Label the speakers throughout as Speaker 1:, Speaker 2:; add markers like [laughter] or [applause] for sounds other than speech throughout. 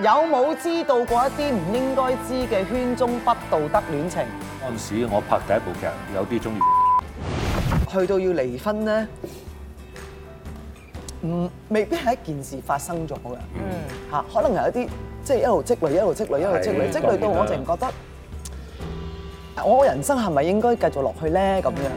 Speaker 1: 有冇知道過一啲唔應該知嘅圈中不道德戀情？
Speaker 2: 嗰陣時我拍第一部劇，有啲中意。
Speaker 1: 去到要離婚咧，唔未必係一件事發生咗嘅，嚇、可能係一啲即係一路積累、一路積累、一路積累，
Speaker 2: 係
Speaker 1: 積累到
Speaker 2: 當然啦
Speaker 1: 我淨覺得我人生係咪應該繼續落去咧？咁樣。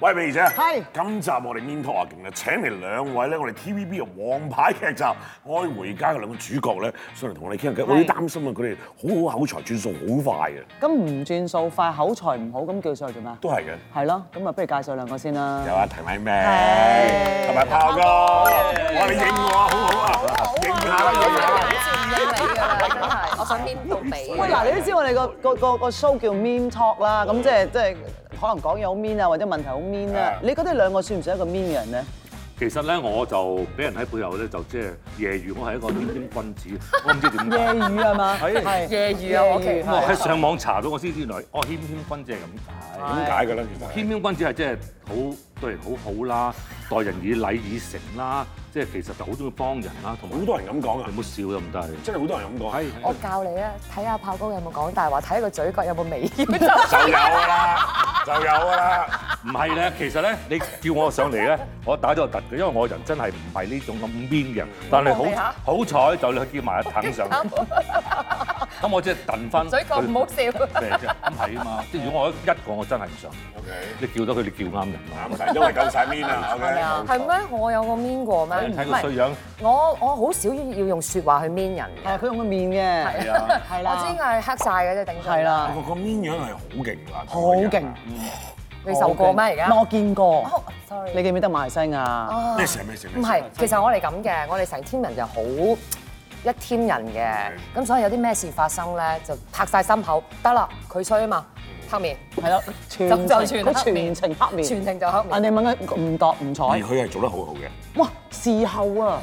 Speaker 3: 喂，美儀姐，
Speaker 1: 係
Speaker 3: 今集我哋 Mean Talk 啊，勁啦！請嚟兩位咧，我哋 TVB 嘅王牌劇集《愛回家》嘅兩個主角咧，上嚟同我哋傾下偈。我有啲擔心啊，佢哋好好口才，轉數好快嘅，
Speaker 1: 咁唔轉數快，口才唔好，咁叫上嚟做咩啊？
Speaker 3: 都係嘅。
Speaker 1: 係咯，咁啊，不如介紹兩個先啦。
Speaker 3: 有啊，滕麗明同埋炮哥，哇！你影我啊，好好啊，影下啦，影下啦。
Speaker 4: 我想邊度俾？
Speaker 1: 喂，嗱，你都知我哋個個個個 show 叫 Mean Talk 啦，咁即係即係可能講嘢好 mean 啊，或者問題好 mean 啊
Speaker 3: 啊。
Speaker 1: 你覺得兩個算唔算一個 mean 嘅人咧？
Speaker 2: 其實咧，我就俾人喺背後咧，就即係揶揄我係一個謙君子，我唔知點
Speaker 1: [laughs] 夜
Speaker 2: 解。
Speaker 1: 語係嘛？
Speaker 2: 係
Speaker 4: 夜語啊我屋企
Speaker 2: 我喺上網查到，我先知原來哦，謙謙君子係咁解。
Speaker 3: 點解嘅咧？其
Speaker 2: 謙
Speaker 3: 實
Speaker 2: 謙君子係即係好對人好好啦，待人以禮以誠啦，即係其實就好中意幫人啦，同埋
Speaker 3: 好多人咁講啊
Speaker 2: 有，冇笑都唔得。
Speaker 3: 真係好多人咁講。
Speaker 2: 係
Speaker 4: 我教你啊，睇下炮哥有冇講大話，睇下個嘴角有冇微翹。
Speaker 3: 就有㗎啦，就有㗎啦。
Speaker 2: 唔係咧，其實咧，你叫我上嚟咧，我打咗個突嘅，因為我人真係唔係呢種咁 mean 嘅人，但係
Speaker 4: 望你下
Speaker 2: 好好彩就你叫埋阿騰
Speaker 4: [laughs]
Speaker 2: 上嚟，咁我即係燉翻
Speaker 4: 嘴角唔好笑
Speaker 2: 咩啫？咁係啊嘛，即係如果我一個我真係唔上，
Speaker 3: OK，
Speaker 2: 你叫到佢，你叫啱人啦。
Speaker 3: 啱晒，因為夠晒 mean 啦。OK，
Speaker 4: 係啊咩？我有個 mean 過咩？
Speaker 2: 你睇個衰樣，
Speaker 4: 我我好少要用説話去 mean 人
Speaker 1: 係
Speaker 4: 嘅。
Speaker 1: 佢用個面嘅，
Speaker 4: 係
Speaker 2: 啊，
Speaker 1: 係
Speaker 4: 我知
Speaker 1: 啦，
Speaker 4: 係黑晒嘅啫，頂住。
Speaker 1: 係，啦，
Speaker 3: 個個 mean 樣係好勁㗎，
Speaker 1: 好勁。
Speaker 4: 你受過咩而家
Speaker 1: 唔係我見過，
Speaker 4: 哦？sorry，
Speaker 1: 你記唔記得馬來西亞？
Speaker 4: 啊
Speaker 3: 咩事啊咩事咩事
Speaker 4: 唔係，其實我哋咁嘅，我哋成 team 人就好一 team 人嘅，咁所以有啲咩事發生咧，就拍晒心口，得啦，佢衰啊嘛，黑面，
Speaker 1: 係咯，全
Speaker 4: 就
Speaker 1: 程
Speaker 4: 就全
Speaker 1: 佢
Speaker 4: 黑
Speaker 1: 全
Speaker 4: 面
Speaker 1: 程黑面。
Speaker 4: 全程就黑
Speaker 1: 人
Speaker 4: 面。
Speaker 1: 哋問哎佢唔度唔
Speaker 3: 而
Speaker 1: 睬，
Speaker 3: 佢係做得好好嘅。
Speaker 1: 哇！事後啊，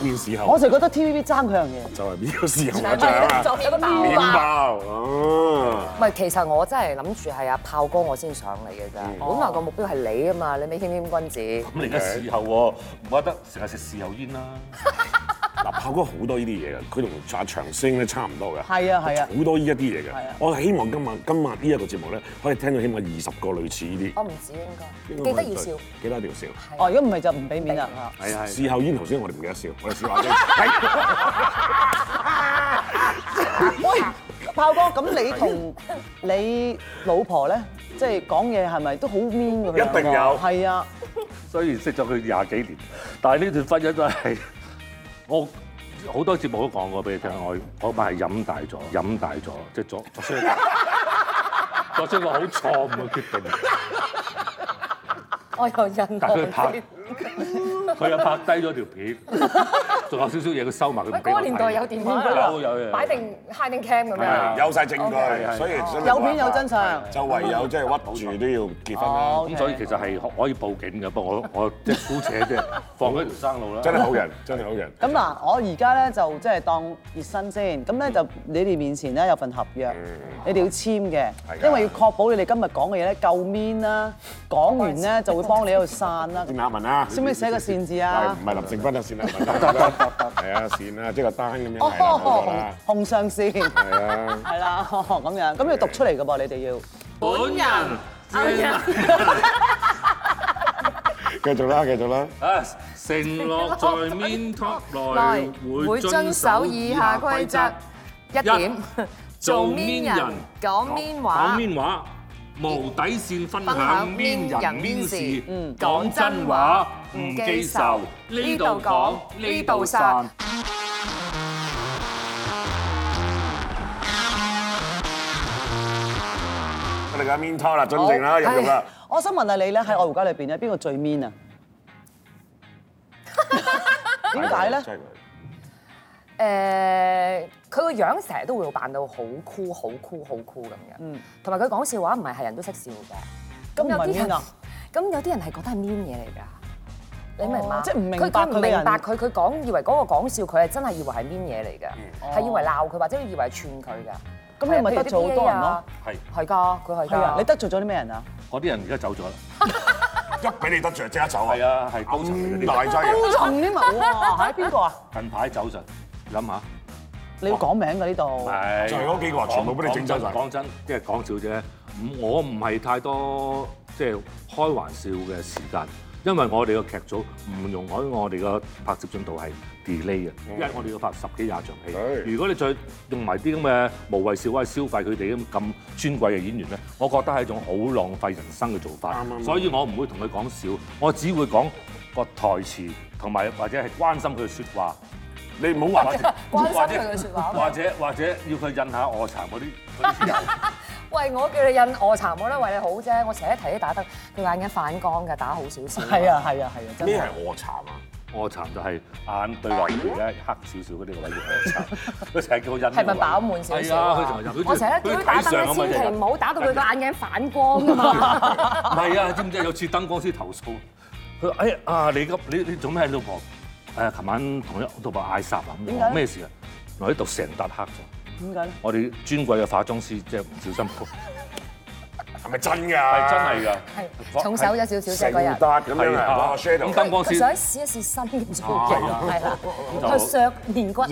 Speaker 3: 黑面時候
Speaker 1: 我就覺得 TVB 爭佢樣嘢。
Speaker 3: 就係呢個時候
Speaker 4: [laughs]
Speaker 3: 嘅獎啊，
Speaker 4: 有個
Speaker 3: 面
Speaker 4: 面
Speaker 3: 包啊，
Speaker 4: 唔係，其實我真係諗住係阿炮哥我先上嚟嘅咋，
Speaker 2: 嗯
Speaker 4: 本來個目標係你啊嘛，你咪謙謙君子。
Speaker 2: 咁你而家事後喎，唔怪得成日食事後煙啦。
Speaker 3: 嗱，炮哥好多呢啲嘢嘅，佢同阿長星咧差唔多嘅，
Speaker 1: 係啊係啊
Speaker 3: 好多呢一啲嘢
Speaker 1: 係啊
Speaker 3: 嘅。我係希望今晚今晚呢一個節目咧，可以聽到起碼二十個類似呢
Speaker 4: 我唔止應
Speaker 3: 啲，
Speaker 4: 該，記得要笑。，
Speaker 3: 記得一定要笑。
Speaker 1: 哦，如果唔係就唔俾面啦。
Speaker 2: 係係。
Speaker 3: 事後煙頭先我哋唔記得笑，我哋笑下
Speaker 1: [laughs]
Speaker 3: 先。
Speaker 1: 喂，炮哥，咁你同你老婆咧，即係講嘢係咪都好 mean 㗎？佢兩個
Speaker 3: 一定有
Speaker 1: 係啊，
Speaker 2: 雖然識咗佢廿幾年，但係呢段婚姻都係我好多節目都講過俾你聽，我我咪係飲大咗，飲大咗，即係作作出一
Speaker 3: [laughs]
Speaker 2: 個作出一個好錯誤嘅決定。
Speaker 4: 我有印
Speaker 2: 但係佢
Speaker 4: 象
Speaker 2: 拍。佢又拍低咗條片，仲有少少嘢佢收埋，佢
Speaker 4: 喂，
Speaker 2: 唔俾我
Speaker 4: 嗰
Speaker 2: 睇
Speaker 4: 個年代有電話㗎啦，
Speaker 2: 有有有有
Speaker 4: 擺定 hiding cam 咁
Speaker 2: 係啊
Speaker 4: 樣。
Speaker 3: 有晒證
Speaker 4: 係
Speaker 2: 係
Speaker 3: 據，所以真係
Speaker 1: 有片有真相。
Speaker 3: 就唯有即係屈住都要結婚啦。
Speaker 1: 哦，OK
Speaker 2: 咁所以其實係可以報警嘅，不過我我 [laughs] 即係姑且啫，放咗條生路啦。
Speaker 3: 真係好人，真係好人。
Speaker 1: 咁嗱，我而家咧就即係當熱身先，咁咧就你哋面前咧有份合約，你哋要簽嘅
Speaker 3: 係，㗎
Speaker 1: 因為要確保你哋今日講嘅嘢咧夠 mean 啦，講完咧就會幫你喺度散啦。
Speaker 3: 單文啊，
Speaker 1: 識唔識寫個善字啊
Speaker 3: 喂，唔係林正斌啊，善啊，
Speaker 1: [laughs]
Speaker 3: 係啊，善啊，即係個單咁樣係啦，冇錯
Speaker 1: 哦
Speaker 3: 啦，，
Speaker 1: 紅上線，係
Speaker 3: 係啊。
Speaker 1: 啦，哦咁樣，咁要讀出嚟嘅噃，你哋要。
Speaker 2: 本人
Speaker 3: 繼續啦，繼續啦。
Speaker 2: 啊，承諾在 Mean Talk
Speaker 4: 來
Speaker 2: 內
Speaker 4: 會
Speaker 2: 會
Speaker 4: 遵
Speaker 2: 遵
Speaker 4: 守
Speaker 2: 守
Speaker 4: 以
Speaker 2: 以
Speaker 4: 下
Speaker 2: 下
Speaker 4: 規
Speaker 2: 規
Speaker 4: 則
Speaker 2: 則。
Speaker 4: 一點， [laughs] 做
Speaker 2: 做
Speaker 4: mean
Speaker 2: mean
Speaker 4: 人
Speaker 2: 人，
Speaker 4: 講 mean
Speaker 2: 講
Speaker 4: 話，
Speaker 2: 面話，無底線分
Speaker 4: 分享
Speaker 2: 享
Speaker 4: mean
Speaker 2: 面
Speaker 4: 人
Speaker 2: 人
Speaker 4: mean
Speaker 2: 面
Speaker 4: 事
Speaker 2: 事，，
Speaker 4: 講
Speaker 2: 講
Speaker 4: 真
Speaker 2: 真
Speaker 4: 話
Speaker 2: 話，
Speaker 4: 唔
Speaker 2: 唔
Speaker 4: 記
Speaker 2: 記
Speaker 4: 仇
Speaker 2: 仇，，
Speaker 4: 呢
Speaker 2: 呢
Speaker 4: 度
Speaker 2: 度
Speaker 4: 講
Speaker 2: 講，
Speaker 4: 呢
Speaker 2: 呢
Speaker 4: 度
Speaker 2: 度
Speaker 4: 散
Speaker 2: 散。
Speaker 3: 我哋嘅面拖啦，準定
Speaker 1: 哦
Speaker 3: 啦，入獄啦。
Speaker 1: 我想問下你咧，喺愛回家裏邊咧，邊個最 mean 啊？哎點解咧？
Speaker 3: 真係佢
Speaker 4: 誒，呃佢個樣成日都會扮到好酷、好酷、好酷咁樣。同埋佢講笑話唔係係人都識笑嘅。
Speaker 1: 嗯咁唔係 mean 啊
Speaker 4: 咁有啲人係覺得係 mean 嘢嚟㗎。你明嘛？
Speaker 1: 哦即係唔明白
Speaker 4: 佢佢唔
Speaker 1: 佢個人
Speaker 4: 明白佢佢講以為嗰個講笑，佢係真係以為係 mean 嘢嚟嘅，係以為鬧佢或者以為係串佢㗎。
Speaker 1: 咁你咪
Speaker 4: 係啊
Speaker 1: 得罪好多人咯？
Speaker 4: 譬如啲 PA 啊係㗎，佢係
Speaker 1: 係啊，你
Speaker 4: 㗎。
Speaker 1: 得罪咗啲咩人啊？
Speaker 2: 嗰啲人而家走咗啦。
Speaker 3: 一俾你得罪就即刻走啊！
Speaker 2: 係啊，係高層嚟
Speaker 3: 咁
Speaker 2: 嗰啲。
Speaker 3: 大劑啊！
Speaker 1: 高層添啊！哇，係邊個啊？
Speaker 2: 近排走神，諗下。
Speaker 1: 你要講名㗎呢度。
Speaker 2: 係
Speaker 3: 就係嗰幾個全部俾你整走晒
Speaker 2: 講真，即係講笑啫。唔我唔係太多即係開玩笑嘅時間，因為我哋個劇組唔容許我哋個拍攝進度係 delay 嘅，因為我哋要拍十幾廿場戲。
Speaker 3: 嗯係
Speaker 2: 如果你再用埋啲咁嘅無謂笑話去消費佢哋咁咁尊貴嘅演員咧，我覺得係一種好浪費人生嘅做法。所以我唔會同佢講笑，我只會講個台詞同埋或者係關心佢嘅説話。
Speaker 3: 你唔好話我
Speaker 2: 或
Speaker 4: [laughs] 關心
Speaker 2: 者
Speaker 4: 佢嘅説話
Speaker 2: 或者或者要佢印下我殘嗰啲嗰啲啊油。
Speaker 4: 喂，我叫你印卧蠶，我咧為你好啫。我成日提啲打得，佢眼睛反光㗎，打好少少。
Speaker 1: 係啊，係啊，係啊，真
Speaker 3: 咩
Speaker 1: 係
Speaker 3: 係。卧蠶啊？
Speaker 2: 我殘就係眼對落嚟咧黑少少嗰啲位叫
Speaker 4: [laughs]
Speaker 2: 我殘，佢成日叫我印。
Speaker 4: 係咪飽滿少少
Speaker 2: 啊？佢啊
Speaker 4: 啊
Speaker 2: 成日印。
Speaker 4: 我成日叫佢打燈咧，千祈唔好打到佢個眼鏡反
Speaker 2: [laughs]
Speaker 4: 光㗎嘛。
Speaker 2: 唔係啊，知唔知有次燈光師投訴，佢話哎呀啊你咁你你做咩喺老婆誒琴晚同一老婆嗌霎啊？
Speaker 1: 點
Speaker 2: 我
Speaker 1: 解
Speaker 2: 話咩事啊？原來呢度成笪黑咗，
Speaker 1: 點解咧？
Speaker 2: 我哋尊貴嘅化妝師即係唔小心，
Speaker 4: [laughs]
Speaker 3: 係咪真㗎？
Speaker 2: 係真係㗎。
Speaker 4: 係重手咗少少啫嗰日
Speaker 3: 成。笪咁樣
Speaker 2: 係啊
Speaker 3: 啊哇
Speaker 2: 咁
Speaker 3: ！shadow
Speaker 2: 燈光
Speaker 4: 佢想
Speaker 2: 師
Speaker 4: 試一試新嘅造
Speaker 2: 係
Speaker 4: 型，
Speaker 2: 啊
Speaker 4: 係啦，
Speaker 2: 就
Speaker 4: 去削面骨，
Speaker 2: 係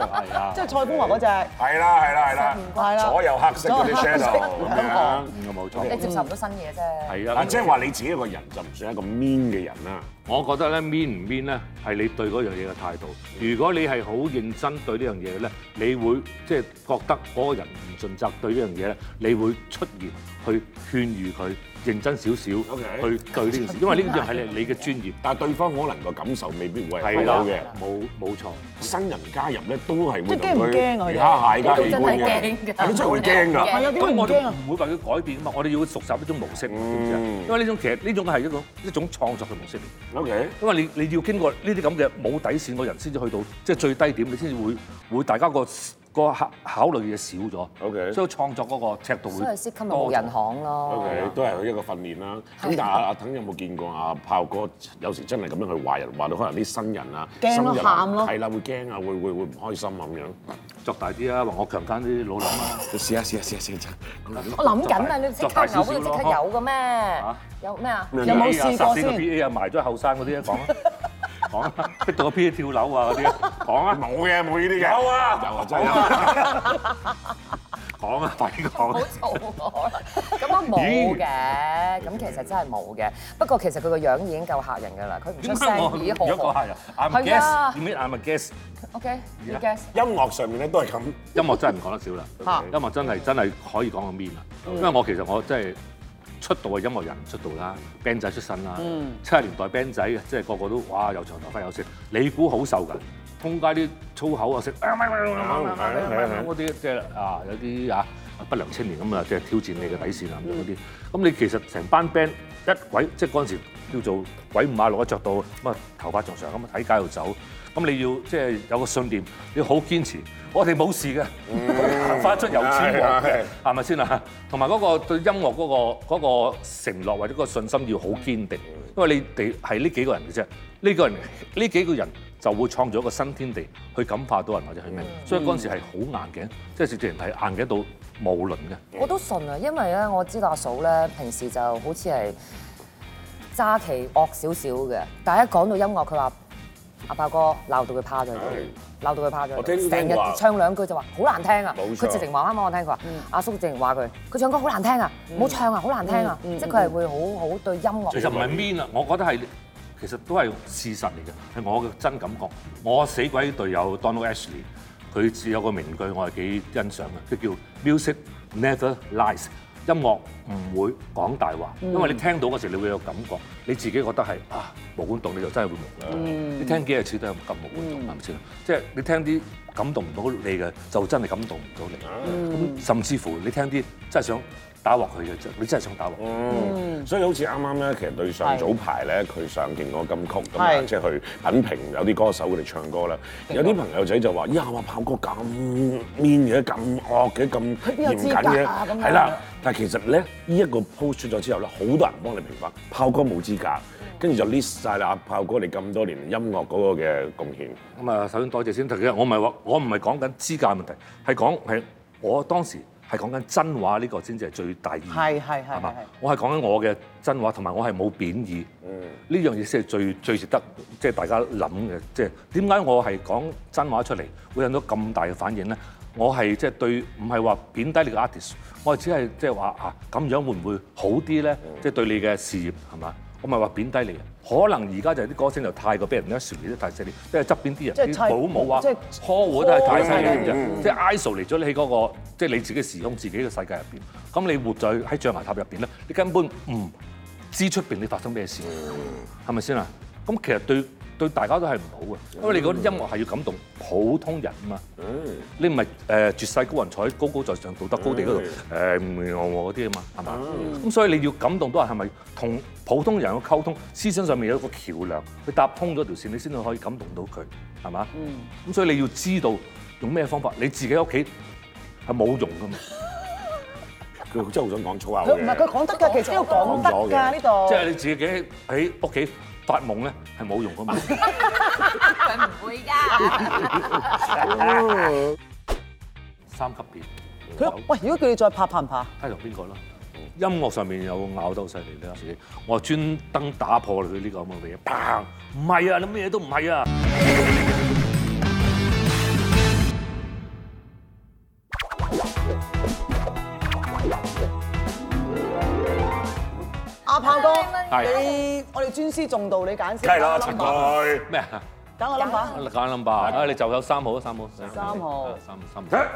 Speaker 2: 啊
Speaker 4: [laughs]
Speaker 1: 即，係蔡風華嗰只，
Speaker 3: 係啦係啦係啦，
Speaker 1: 係啦
Speaker 3: 左右黑色嗰啲
Speaker 1: 左右黑色
Speaker 3: shadow 咁
Speaker 2: [laughs]
Speaker 3: 樣。
Speaker 2: 咁啊冇
Speaker 4: 你接
Speaker 2: 錯，
Speaker 4: 受唔到新嘢啫。
Speaker 2: 係啊
Speaker 3: 啊，。即係話你自己個人就唔算一個 mean 嘅人啦。
Speaker 2: 我覺得咧 mean 唔 mean 咧係你對嗰樣嘢嘅態度。如果你係好認真對呢樣嘢咧，你會即係覺得嗰個人唔盡責對呢樣嘢咧，你會出現去勸喻佢認真少少
Speaker 3: OK
Speaker 2: 去對呢件事，因為 [laughs] 呢樣係你你嘅專業。
Speaker 3: 但係對方可能個感受未必會
Speaker 2: 係
Speaker 3: 係
Speaker 2: 啦
Speaker 3: 好嘅，，
Speaker 2: 冇冇錯。
Speaker 3: 新人加入咧都係
Speaker 1: 即
Speaker 3: 會
Speaker 1: 係驚唔驚啊佢哋
Speaker 3: 魚蝦蟹加
Speaker 4: 都
Speaker 3: 器
Speaker 4: 真
Speaker 3: 官
Speaker 4: 係
Speaker 3: 嘅，
Speaker 4: 驚㗎
Speaker 3: 係都真係會驚㗎。
Speaker 1: 係啊，點解
Speaker 2: 咁
Speaker 1: 唔
Speaker 2: 我
Speaker 1: 驚
Speaker 2: 哋
Speaker 1: 啊？
Speaker 2: 唔會為佢改變啊嘛，我哋要熟習呢種模式，知唔知啊？
Speaker 3: 嗯
Speaker 2: 因為呢種其實呢種係一種一種創作嘅模式嚟。
Speaker 3: O K，
Speaker 2: 因為你你要經過呢啲咁嘅冇底線嘅人先至去到即係最低點，你先至會會大家個個考考慮嘅嘢少咗。
Speaker 3: OK
Speaker 2: 所以創作嗰個尺度會
Speaker 4: 所以 sit 咪
Speaker 2: 多
Speaker 4: 冇
Speaker 2: 咗
Speaker 4: 人啊行咯
Speaker 3: O。K，都係佢一個訓練啦。咁但係阿阿騰有冇見過阿炮哥有時真係咁樣去話人，話到可能啲新人啊，
Speaker 1: 驚
Speaker 3: 新
Speaker 1: 咯
Speaker 3: 人
Speaker 1: 喊咯
Speaker 3: 係啦，會驚啊，會會會唔開心咁樣。
Speaker 2: 作大啲啊，話我強姦啲老林啊，
Speaker 3: 你試下試下試下試下。
Speaker 4: 我諗緊啊，你即
Speaker 2: 作
Speaker 4: 刻
Speaker 2: 大少
Speaker 4: 嘔，
Speaker 2: 少
Speaker 4: 你即刻
Speaker 2: 咯
Speaker 4: 有嘅咩？有咩啊？
Speaker 1: 有冇試過
Speaker 2: 殺死個
Speaker 1: 先
Speaker 2: P A 啊，埋咗後生嗰啲啊，講啊講啊，逼到個 P A 跳樓啊嗰啲啊，講啊
Speaker 3: 冇嘅，冇呢啲嘅。
Speaker 2: 有啊
Speaker 3: 有啊，真係有啊。
Speaker 2: 講啊，快啲
Speaker 4: 好
Speaker 2: 講。
Speaker 4: 嘈我啦！咁啊冇嘅，咁其實真係冇嘅。不過其實佢個樣已經夠嚇人㗎啦，佢唔出
Speaker 2: 點解
Speaker 4: 聲
Speaker 2: 我
Speaker 4: 已經
Speaker 2: 如果
Speaker 4: 好
Speaker 2: 個客人，I'm a
Speaker 4: 係啊
Speaker 2: guest，you mean I'm a guest？
Speaker 4: OK，you guess。
Speaker 3: 音樂上面咧都係咁。
Speaker 2: 音樂真係唔講得少啦，
Speaker 1: 嚇
Speaker 2: 音樂真係真係可以講個 mean 啦，因為我其實我真係出道嘅音樂人出道啦，band 仔出身啦，七十年代 band 仔嘅，即係個個都哇有長頭髮有色，你估好瘦㗎？通街啲粗口啊，識嗰啲即係啊有啲啊不良青年咁啊，即係挑戰你嘅底線啊咁樣嗰啲，咁你其實成班 band 一鬼即係嗰陣時叫做鬼五馬六一着到咁啊頭髮長長咁喺街度走，咁你要即係有個信念，你要好堅持，我哋冇事嘅， [laughs] 行翻出油錢王
Speaker 3: 嗯係係
Speaker 2: 嘅。係咪先啊？同埋嗰個對音樂嗰、個嗰個承諾或者個信心要好堅定，因為你哋係呢幾個人嘅啫，呢個人呢幾個人就會創造一個新天地去感化到人或者係咩，所以嗰陣時係好硬頸，即係直情係硬頸到無論嘅。
Speaker 4: 我都信啊，因為咧，我知道阿嫂咧平時就好似係揸旗惡少少嘅，但係一講到音樂，佢話阿豹哥鬧到佢趴咗喺度，鬧到佢趴咗喺
Speaker 3: 我聽
Speaker 4: 度，
Speaker 3: 聽
Speaker 4: 成日
Speaker 3: 話
Speaker 4: 唱兩句就話好難聽啊！
Speaker 3: 冇錯嗯
Speaker 4: 佢直情話啱啱我聽佢話，阿叔直情話佢，佢唱歌好難聽啊，唔好唱啊，好難聽啊，
Speaker 3: 嗯
Speaker 4: 即係佢係會好好對音樂
Speaker 2: 其實唔係 mean 啊，我覺得係其實都係事實嚟嘅，係我嘅真感覺。我死鬼隊友 Donald Ashley，佢只有個名句我係幾欣賞嘅，佢叫 music never lies。音樂唔會講大話，因為你聽到嗰時你會有感覺，你自己覺得係啊無管動你就真係會無管動，你聽幾廿次都係咁無管動，係咪先？即係你聽啲感動唔到你嘅，就真係感動唔到你。咁甚至乎你聽啲真係想打鑊佢嘅啫，你真係想打鑊。
Speaker 3: 嗯所以好似啱啱咧，其實對
Speaker 1: 嗯
Speaker 3: 上
Speaker 1: 係
Speaker 3: 早排咧，佢上勁歌金曲咁啊，
Speaker 1: 係
Speaker 3: 即係去品評有啲歌手佢哋唱歌啦。有啲朋友仔就話：呀，哇，炮哥咁 mean 嘅，咁惡嘅，咁
Speaker 1: 邊有
Speaker 3: 嚴
Speaker 1: 資
Speaker 3: 謹
Speaker 1: 格
Speaker 3: 嘅
Speaker 1: 啊咁，樣
Speaker 3: 係啦。但係其實咧，呢一個 post 出咗之後咧，好多人幫你評分，炮哥冇資格。跟住就 list 晒啦，阿炮哥你咁多年音樂嗰個嘅貢獻，
Speaker 2: 咁啊，首先多謝先。其實我唔係話，我唔係講緊資格問題，係講係我當時係講緊真話呢個先至係最大意義。
Speaker 1: 係係係
Speaker 2: 係嘛
Speaker 1: 係。？嗯
Speaker 2: 我係講緊我嘅真話，同埋我係冇貶義。呢樣嘢先係最最值得即係大家諗嘅，即係點解我係講真話出嚟會引到咁大嘅反應咧？我係即係對唔係話貶低你個 artist，我係只係即係話啊咁樣會唔會好啲咧？
Speaker 1: 嗯
Speaker 2: 即係對你嘅事業係嘛？我咪話貶低你嘅，可能而家就係啲歌星就太過俾人咧樹嚟得太犀利，即係側邊啲
Speaker 1: 即係
Speaker 2: 人啲
Speaker 1: 太
Speaker 2: 保姆啊
Speaker 1: 即係、
Speaker 2: 呵護都係太犀利
Speaker 1: 嗯
Speaker 2: 嘅，即係 isolate 咗你喺嗰、個即係你自己時空、自己嘅世界入邊。咁你活在喺象牙塔入邊咧，你根本唔知出邊你發生咩事，係咪先啊？咁其實對對大家都係唔好嘅，因為你嗰啲音樂係要感動普通人啊嘛。
Speaker 1: 嗯
Speaker 2: 你唔係誒絕世高人彩高高在上道德高地嗰度誒我我嗰啲啊嘛，係嘛？咁所以你要感動到人係咪同普通人嘅溝通思想上面有一個橋梁，去搭通咗條線，你先至可以感動到佢，係嘛？咁所以你要知道用咩方法，你自己喺屋企係冇用噶嘛。
Speaker 3: 佢真係好想講粗口
Speaker 1: 佢唔係佢
Speaker 3: 嘅。
Speaker 1: 講得㗎，其實呢度講得㗎呢
Speaker 2: 即
Speaker 1: 度。
Speaker 2: 係你自己喺屋企發夢咧係冇用噶嘛。
Speaker 5: [laughs] 佢唔會㗎。
Speaker 2: [laughs] 三級片，
Speaker 1: 佢喂，如果叫你再拍，拍唔拍？
Speaker 2: 睇同邊個啦？音樂上面有咬得好犀利啦，自己我專登打破佢呢個咁嘅嘢，砰！唔係啊，你咩嘢都唔係啊！
Speaker 1: 阿炮哥，
Speaker 2: 係
Speaker 1: 你我哋尊師重道，你揀先。
Speaker 3: 梗係啦，陳蓋。
Speaker 2: 咩啊？
Speaker 1: 等我諗下，
Speaker 2: 揀 number 啊！你就有三號啊，三號，
Speaker 1: 三號
Speaker 2: 三三號。
Speaker 3: 睇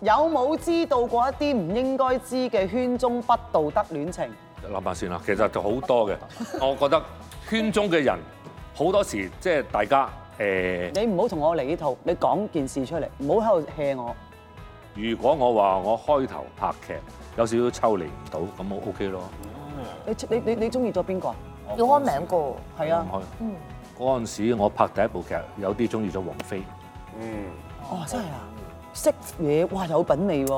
Speaker 1: 有冇知道過一啲唔應該知嘅圈中不道德戀情？
Speaker 2: 諗下先啦，其實就好多嘅， [laughs] 我覺得圈中嘅人好多時即係大家誒。
Speaker 1: 你唔好同我嚟呢套，你講件事出嚟，唔好喺度 hea 我。
Speaker 2: 如果我話我開頭拍劇有少少抽離唔到，咁我 OK 咯。
Speaker 1: 你你你你中意咗邊個啊？
Speaker 4: 要開名個，
Speaker 1: 係啊，
Speaker 2: 唔開。嗰陣時我拍第一部劇，有啲中意咗王菲。
Speaker 1: 哦真係啊，識嘢哇有品味喎。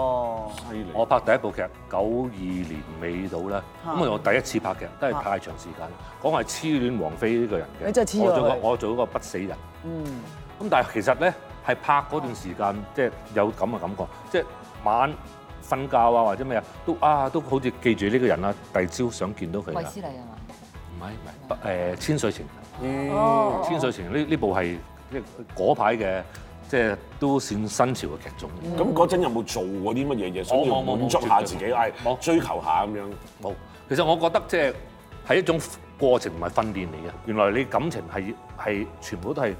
Speaker 2: 我拍第一部劇九二年尾到啦，
Speaker 1: 嚇
Speaker 2: 咁我第一次拍劇都係太長時間啦，講係痴戀王菲呢個人嘅。
Speaker 1: 你真係黐咗
Speaker 2: 我做個
Speaker 1: 佢
Speaker 2: 我做一個不死人。
Speaker 1: 嗯，
Speaker 2: 咁但係其實咧係拍嗰段時間，即係有咁嘅感覺，即係晚瞓覺啊或者咩啊，都啊都好似記住呢個人啦，第二朝想見到佢
Speaker 4: 維
Speaker 2: 啦。
Speaker 4: 斯利啊嘛，
Speaker 2: 唔係唔係，不誒千歲情人。
Speaker 1: 嗯哦
Speaker 2: 千歲情呢呢部係呢嗰排嘅，即係都算新潮嘅劇種。
Speaker 3: 咁嗰陣有冇做過啲乜嘢嘢，想要
Speaker 2: 冇冇冇
Speaker 3: 滿足下自己，
Speaker 2: 絕對冇
Speaker 3: 係
Speaker 2: 冇
Speaker 3: 追求下咁樣？
Speaker 2: 冇，其實我覺得即係係一種過程同埋訓練嚟嘅。原來你感情係係全部都係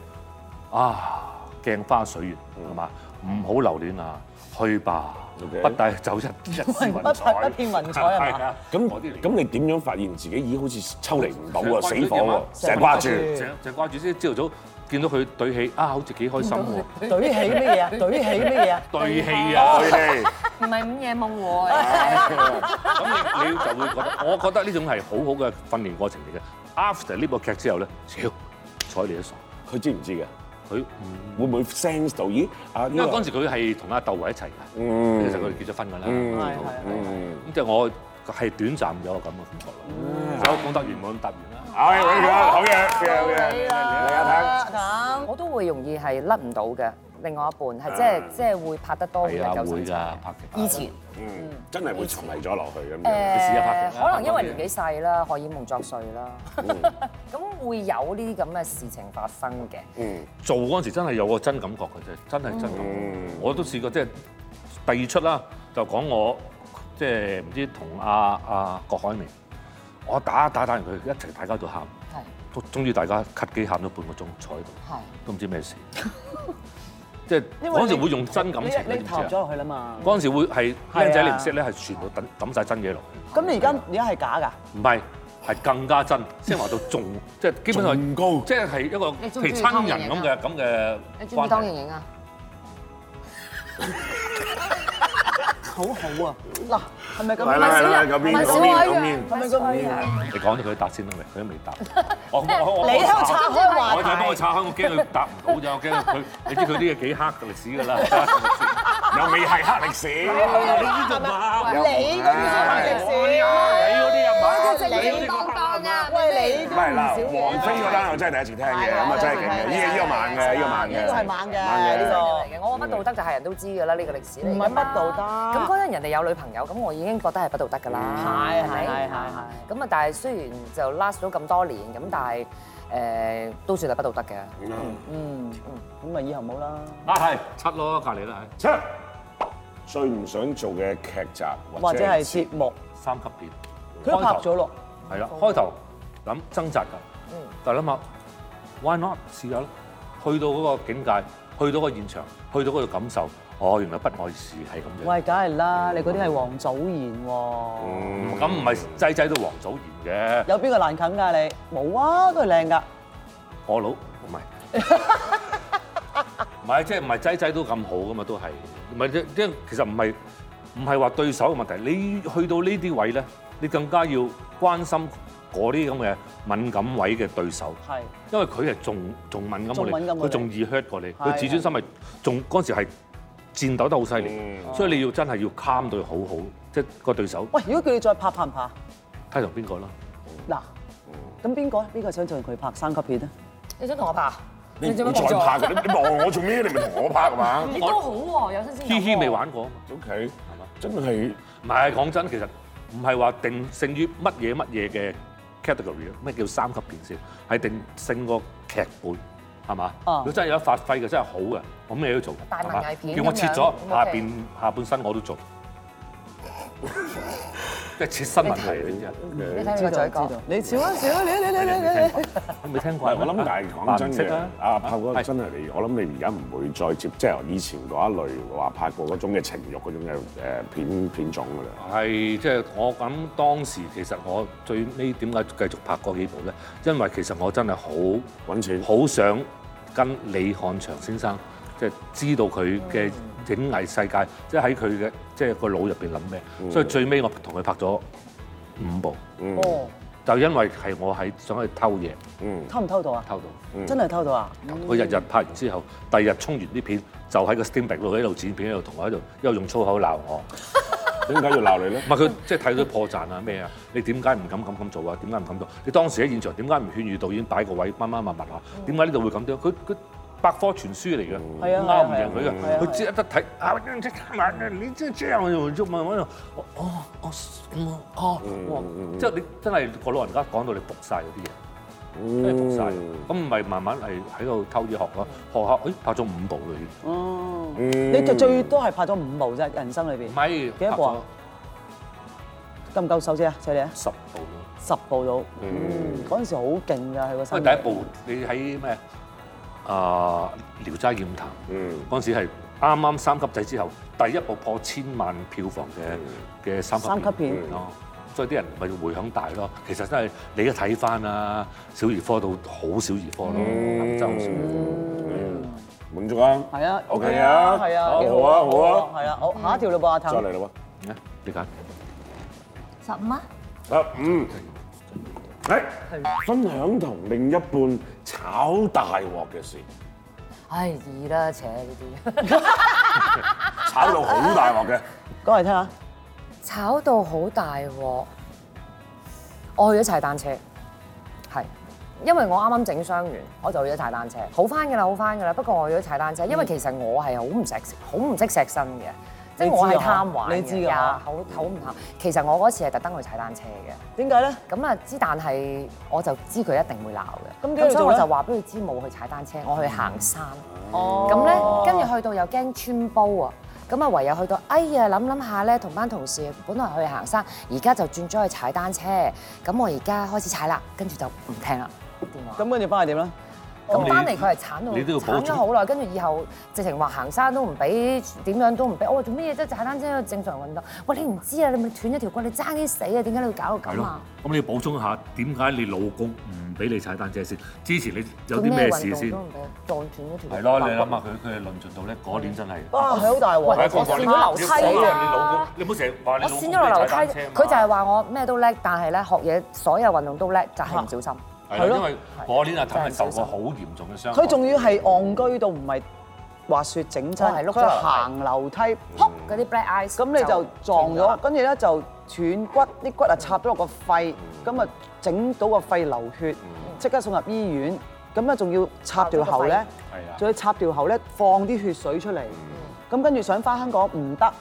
Speaker 2: 啊鏡花水月係嘛，唔好留戀啊，去吧
Speaker 3: 嗯 OK
Speaker 2: 不帶走一一絲
Speaker 1: 不
Speaker 3: [laughs]
Speaker 2: 雲
Speaker 1: 不
Speaker 2: 彩
Speaker 1: 不。見雲彩係嘛？
Speaker 3: 啊咁
Speaker 2: 嗰啲嚟
Speaker 3: 咁你點樣發現自己咦好似抽離唔到啊，死
Speaker 2: 成日掛住
Speaker 3: 火喎，成日掛住。
Speaker 2: 成成掛住先，朝頭早見到佢對戲啊，好似幾開心喎，
Speaker 1: 懟起乜嘢
Speaker 2: [laughs]
Speaker 1: 啊？懟起乜嘢啊？
Speaker 2: 對戲啊！
Speaker 3: 佢哋
Speaker 5: 唔係午夜夢
Speaker 4: [laughs]
Speaker 5: 和啊！
Speaker 2: 咁你你就會覺得，我覺得呢種係好好嘅訓練過程嚟嘅。After 呢部劇之後咧，超睬你都傻，
Speaker 3: 佢知唔知嘅？啊
Speaker 2: 佢唔
Speaker 3: 會唔會 sense 到咦啊？
Speaker 2: 因為嗰陣時佢係同阿竇唯一齊嘅，
Speaker 3: 嗯
Speaker 2: 其實佢哋結咗婚㗎啦。
Speaker 1: 嗯係係係。
Speaker 2: 咁
Speaker 1: 啊
Speaker 2: 即係我係短暫有個咁嘅感覺
Speaker 1: 嗯
Speaker 2: 咯。有講得完冇咁答完啦。
Speaker 3: 唉，好嘢，啊好嘢，好嘢，好嘢，嚟啊
Speaker 4: 我都會容易係甩唔到嘅。另外一半係即係即係會拍得多會
Speaker 2: 係
Speaker 4: 日
Speaker 2: 啊，
Speaker 4: 久
Speaker 2: 會
Speaker 4: 生
Speaker 2: 㗎，
Speaker 4: 情
Speaker 2: 拍劇。
Speaker 4: 以前
Speaker 3: 睇，嗯，真係會沉迷咗落去咁樣。
Speaker 2: 試下拍
Speaker 4: 誒，
Speaker 2: 劇啦
Speaker 4: 呃可能因為年紀細啦，荷爾蒙作祟啦，
Speaker 1: 嗯
Speaker 4: [laughs] 咁會有呢啲咁嘅事情發生嘅。
Speaker 3: 嗯
Speaker 2: 做嗰陣時真係有個真感覺嘅啫，真係真感
Speaker 1: 嗯
Speaker 3: 嗯
Speaker 2: 覺。我都試過即係第二出啦，就講我即係唔知同阿阿郭海明，我打打打完佢一齊，大家就喊，
Speaker 4: 係
Speaker 2: 終終於大家咳機喊咗半個鐘，坐喺度
Speaker 4: 係。
Speaker 2: 都唔
Speaker 1: [laughs]
Speaker 2: 知咩事。即係
Speaker 1: 因為
Speaker 2: 嗰陣時
Speaker 1: 你
Speaker 2: 會用真感情嘅，
Speaker 1: 你
Speaker 2: 你
Speaker 1: 你
Speaker 2: 知
Speaker 1: 投
Speaker 2: 唔
Speaker 1: 入咗
Speaker 2: 知啊？
Speaker 1: 落去啦嘛。
Speaker 2: 嗰陣時會係
Speaker 1: 係啊
Speaker 2: 僆仔你唔識咧，係全部抌抌曬真嘢落去，
Speaker 1: 咁你而家而家係假㗎？
Speaker 2: 唔係係更
Speaker 1: [laughs]
Speaker 2: 加真，即係話到仲即係基本上
Speaker 3: 仲高
Speaker 2: 即係係一個
Speaker 5: 你
Speaker 2: 譬
Speaker 5: 中唔中意
Speaker 2: 如親人咁嘅咁嘅
Speaker 4: 你中唔
Speaker 2: 關
Speaker 4: 中意當
Speaker 2: 係
Speaker 4: 盈。盈啊？
Speaker 1: 好好啊！嗱，係咪咁？
Speaker 3: 嚟啦嚟啦，嗰邊嗰邊嗰邊。
Speaker 1: 係咪咁？
Speaker 2: 你講咗佢答先啦，未？佢都未
Speaker 5: [laughs]
Speaker 2: 答。我我我
Speaker 1: 你喺度拆開
Speaker 2: 我
Speaker 1: 話
Speaker 2: 就幫佢拆開，我驚佢答唔到啫，我驚佢，
Speaker 5: [laughs]
Speaker 2: 你知佢啲嘢幾黑嘅歷史㗎啦。哎
Speaker 3: 又未係黑歷
Speaker 2: [laughs]
Speaker 3: 史，
Speaker 1: 題，你嗰啲先係歷史。
Speaker 2: 哎
Speaker 1: 喂，你
Speaker 3: 唔係嗱，王菲嗰單我真係第一次聽嘅，咁啊真係勁嘅，呢個呢個猛嘅，呢個猛嘅，
Speaker 1: 呢個係猛嘅
Speaker 4: 啊
Speaker 3: 猛
Speaker 1: 呢個
Speaker 4: 我覺得不道德就係人都知㗎啦，呢個歷史嚟㗎
Speaker 1: 唔
Speaker 4: 嘛
Speaker 1: 係不道德
Speaker 4: 咁嗰陣人哋有女朋友，咁我已經覺得係不道德㗎啦。
Speaker 1: 嗯係
Speaker 4: 咪
Speaker 1: 係係
Speaker 4: 咁啊，但係雖然就 last 咗咁多年，咁但係誒都算係不道德嘅。
Speaker 3: 嗯
Speaker 1: 咁咪以後冇啦。
Speaker 2: 啊係，七咯，隔離啦，
Speaker 3: 七最唔想做嘅劇集
Speaker 1: 或者係節目，
Speaker 2: 三級片。
Speaker 1: 佢都拍咗咯。
Speaker 2: 係啦，開頭諗掙扎㗎，但係諗下 why not 試下咯？去到嗰個境界，去到個現場，去到嗰個感受，哦，原來不外事係
Speaker 1: [laughs]
Speaker 2: 咁樣。
Speaker 1: 喂，梗係啦，你嗰啲係黃祖賢喎。
Speaker 2: 咁唔係仔仔都王祖賢嘅，
Speaker 1: 有邊個難啃㗎你？冇啊，都係靚㗎。
Speaker 2: 我佬唔係。唔係，即係唔係仔仔都咁好噶嘛？都係，唔係即即其實唔係唔係話對手嘅問題。你去到呢啲位咧，你更加要關心嗰啲咁嘅敏感位嘅對手。
Speaker 1: 係。
Speaker 2: 因為佢係仲仲敏感過你，
Speaker 1: 仲敏感過
Speaker 2: 佢
Speaker 1: 你
Speaker 2: 仲易 hurt 過你，
Speaker 1: 係
Speaker 2: 佢自尊心係仲嗰陣時係戰鬥得好犀利，所以你要真係要 calm 對好好，即係個對手
Speaker 1: 喂，如果叫你再拍，拍唔拍？
Speaker 2: 睇同邊個啦。
Speaker 1: 啊嗱，咁邊個？啊邊個想同佢拍三級片咧？啊
Speaker 4: 你想同我拍？
Speaker 3: 你唔好再拍嘅，
Speaker 1: [laughs]
Speaker 3: 你你望我做咩？你咪同我拍係嘛
Speaker 5: 你都好喎，有新鮮感喎。
Speaker 2: 嘻嘻未玩過啊嘛，
Speaker 3: ？OK，真係
Speaker 2: 唔係講真，其實唔係話定勝於乜嘢乜嘢嘅 category 啊咩叫三級片先？係定勝個劇本係嘛？
Speaker 1: 哦
Speaker 2: 如果真係有得發揮嘅，真係好嘅，我咩都做。
Speaker 4: 大文
Speaker 2: 係嘛
Speaker 4: 藝片
Speaker 2: 叫我
Speaker 4: 咁
Speaker 2: 切
Speaker 4: 樣
Speaker 2: 咗
Speaker 4: 咁
Speaker 2: 下
Speaker 4: OK
Speaker 2: 邊下半身我都做， [laughs] 即係切新聞嚟嘅啫。
Speaker 4: 你睇你
Speaker 1: 知
Speaker 4: 個嘴
Speaker 1: 道
Speaker 4: 角。。
Speaker 1: 你笑啊笑啊，你你你你你。
Speaker 2: 你未聽
Speaker 3: 唔
Speaker 2: 過？
Speaker 3: 係我諗，但係講真
Speaker 2: 識
Speaker 3: 嘅
Speaker 2: 啊，
Speaker 3: 阿炮哥
Speaker 2: 係
Speaker 3: 真係你，我諗你而家唔會再接，即係以前嗰一類話拍過嗰種嘅情慾嗰種嘅誒片片種㗎啦。
Speaker 2: 係即係我諗當時其實我最尾點解繼續拍嗰幾部咧？因為其實我真係好
Speaker 3: 揾錢
Speaker 2: 好想跟李漢祥先生即係知道佢
Speaker 3: 嗯
Speaker 2: 嘅影藝世界，即係喺佢嘅即係個腦入邊諗
Speaker 3: 嗯
Speaker 2: 咩。所以最尾我同佢拍咗五部，
Speaker 1: 哦，
Speaker 2: 就因為係我係想去偷嘢
Speaker 1: 偷唔偷到啊？
Speaker 2: 偷到。
Speaker 1: 真係偷到啊！
Speaker 3: 嗯
Speaker 2: 佢日日拍完之後，第二日沖完啲片，就喺個 steam 度喺度剪片，喺度同我喺度，一路用粗口鬧我。
Speaker 3: [laughs] 點解要鬧你咧
Speaker 2: 唔？係佢即係睇到破綻啊咩啊？你點解唔敢咁咁做啊？點解唔咁做？你當時喺現場點解唔勸喻導演擺個位乜乜物物啊？點解呢度會咁樣？佢佢百科全書嚟嘅，
Speaker 1: 嗯係啊
Speaker 2: 拗唔贏佢
Speaker 1: 係啊係啊
Speaker 2: 嘅。佢只一得睇啊！你即係你即係這樣用中文嗰度，哦哦哦嗯哦哦，即係你真係個老人家講到你服晒嗰啲嘢。真係服晒，咁唔係慢慢係喺度偷嘢學咯，學下，誒拍咗五部啦已經，
Speaker 1: 哦，你就最多係拍咗五部啫，人生裏邊
Speaker 2: 唔係
Speaker 1: 幾多部啊夠唔夠手指啊？犀利啊！
Speaker 2: 十部咯。
Speaker 1: 十步到，嗯，嗰陣時好勁㗎，佢個
Speaker 2: 因為
Speaker 1: 身。
Speaker 2: 第一部你喺咩啊《聊齋劍談》嗰陣時係啱啱三級制之後，第一部破千萬票房嘅嘅三級
Speaker 1: 三級片
Speaker 2: 咯。所以啲人咪回響大咯，其實真係你一睇翻啊，小兒科到好小兒科咯，
Speaker 4: 嗯
Speaker 2: 真係好小兒科。
Speaker 3: 滿足啊！
Speaker 1: 係啊
Speaker 3: ，OK 啊，
Speaker 1: 係啊，
Speaker 3: 好
Speaker 1: 幾
Speaker 3: 好啊，好啊，
Speaker 1: 係啊，好下一條嘞噃，阿
Speaker 3: 再
Speaker 1: 騰。
Speaker 3: 嚟啦
Speaker 2: 你睇你揀
Speaker 5: 十五啊！
Speaker 3: 喎，啊嗯，誒，分享同另一半炒大鑊嘅事，
Speaker 4: 唉，易啦，扯呢啲。
Speaker 3: 炒到好大鑊
Speaker 4: [laughs]
Speaker 3: 嘅，
Speaker 1: 講嚟聽下，
Speaker 4: 炒到好大鑊，我去咗踩單車，係。因為我啱啱整傷完，我就去咗踩單車，好翻㗎啦，好翻㗎啦。不過我去咗踩單車，
Speaker 1: 嗯
Speaker 4: 因為其實我係好唔錫，好唔識錫身嘅，即係
Speaker 1: 你知
Speaker 4: 我係
Speaker 1: 㗎
Speaker 4: 貪玩
Speaker 1: 你知㗎
Speaker 4: 嘅，呀好好唔貪。其實我嗰次係特登去踩單車嘅。
Speaker 1: 點解咧？
Speaker 4: 咁啊知，但係我就知佢一定會鬧嘅。
Speaker 1: 咁
Speaker 4: 咁
Speaker 1: 跟住
Speaker 4: 所以
Speaker 1: 做
Speaker 4: 我
Speaker 1: 咧
Speaker 4: 就話俾佢知冇去踩單車，我去行山。
Speaker 3: 嗯
Speaker 1: 哦
Speaker 4: 咁咧，跟住去到又驚穿煲啊！咁啊，唯有去到，哎呀，諗諗下咧，同班同事本來去行山，而家就轉咗去踩單車。咁我而家開始踩啦，跟住就唔聽啦電話。
Speaker 1: 咁跟住翻去點咧？
Speaker 4: 咁
Speaker 2: 你
Speaker 4: 翻嚟佢係鏟到
Speaker 2: 你都要保
Speaker 4: 鏟咗好耐，跟住以後直情話行山都唔俾，點樣都唔俾。我話做乜嘢啫？踩單車正常運動。喂，你唔知啊？你咪斷咗條骨，你爭啲死啊！點解你要搞到
Speaker 2: 係
Speaker 4: 咁
Speaker 2: 咯
Speaker 4: 啊？，
Speaker 2: 咁你要補充下點解你老公唔俾你踩單車先？之前你有
Speaker 4: 做
Speaker 2: 啲
Speaker 4: 咩
Speaker 2: 咩事
Speaker 4: 運
Speaker 2: 先
Speaker 4: 動都？唔俾，撞斷咗條
Speaker 2: 係咯，你
Speaker 4: 肋骨
Speaker 2: 諗下佢佢係論盡到咧，嗰年真係。
Speaker 1: 哇，佢好大
Speaker 4: 喂
Speaker 1: 鑊。
Speaker 4: 我跣咗樓梯啊！
Speaker 2: 啊你唔好成日話你老
Speaker 4: 我
Speaker 2: 公
Speaker 4: 跣咗落樓梯
Speaker 2: 俾你踩單車嘛，
Speaker 4: 佢就係話我咩都叻，但係咧學嘢所有運動都叻，就係唔小心。
Speaker 2: 係
Speaker 1: 係
Speaker 2: 啦，
Speaker 1: 咯
Speaker 2: 因為嗰年阿騰係受過好嚴重嘅傷害。
Speaker 1: 佢仲要係戇居到唔係滑雪整親，
Speaker 4: 我哦係碌咗
Speaker 1: 佢
Speaker 4: 落嚟
Speaker 1: 係行樓梯，
Speaker 3: 嗯
Speaker 4: 撲嗰啲 black eyes，
Speaker 1: 咁你就撞咗，跟住咧就斷骨，啲骨啊插咗落個肺，咁啊整到個肺流血，即刻送入醫院。咁啊仲要插條喉咧
Speaker 2: 係啊，
Speaker 1: 仲要插條喉咧放啲血水出嚟。咁跟住想翻香港唔得，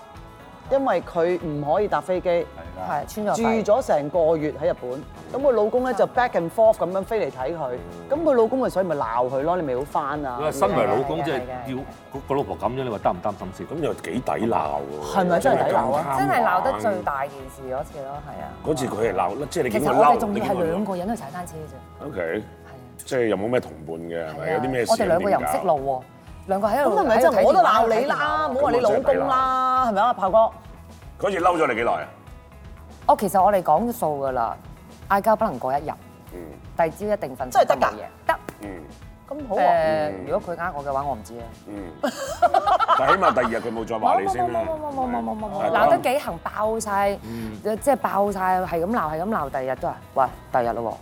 Speaker 1: 因為佢唔可以搭飛機。
Speaker 2: 係啦，
Speaker 4: 係穿咗
Speaker 1: 住
Speaker 4: 肺。
Speaker 1: 咗成個月喺日本，咁佢老公咧就 back and forth 咁樣飛嚟睇佢，咁佢老公咪所以咪鬧佢咯，你咪好翻啊
Speaker 2: 因！為身為老公
Speaker 4: 係嘅
Speaker 2: 即係
Speaker 4: 係嘅
Speaker 2: 要個個老婆咁樣，你話擔唔擔心先？
Speaker 3: 咁又幾抵鬧喎，
Speaker 1: 係咪真係抵鬧啊
Speaker 4: 真係鬧得最！大件事嗰次咯，係啊！
Speaker 3: 嗰次佢係鬧，即係你
Speaker 4: 其
Speaker 3: 見
Speaker 4: 實
Speaker 3: 佢
Speaker 4: 我
Speaker 3: 嬲，
Speaker 4: 哋仲要係兩
Speaker 3: 個。
Speaker 4: 個人去踩單車啫，
Speaker 3: O K，
Speaker 4: 係啊。
Speaker 3: 即係又冇咩同伴嘅，係咪？有啲咩事？啊
Speaker 4: 我哋兩個又唔識
Speaker 3: 點
Speaker 4: 路喎，兩個喺度
Speaker 1: 咁係咪真
Speaker 4: 喺
Speaker 1: 係
Speaker 4: 度睇
Speaker 1: 我都
Speaker 4: 電話
Speaker 1: 鬧你啦，唔好話你老公啦，係咪啊，炮哥？
Speaker 3: 搞。嗰次嬲咗你幾耐啊？
Speaker 4: 哦，其實我哋講咗數㗎啦，嗌交不能過一日，
Speaker 3: 嗯
Speaker 4: 第二朝一定瞓。
Speaker 1: 真係得㗎
Speaker 4: 冇嘢？得。
Speaker 3: 嗯
Speaker 1: 咁好啊，
Speaker 4: 誒，如果佢呃我嘅話，我唔知啊。 [laughs]
Speaker 3: 嗯。但起碼第二日佢冇再話你先啦。
Speaker 4: 冇冇冇冇冇冇
Speaker 3: 係
Speaker 4: 冇，鬧得幾行爆晒，即係爆晒，係咁鬧係咁鬧，第二日都話喂，第二日啦喎，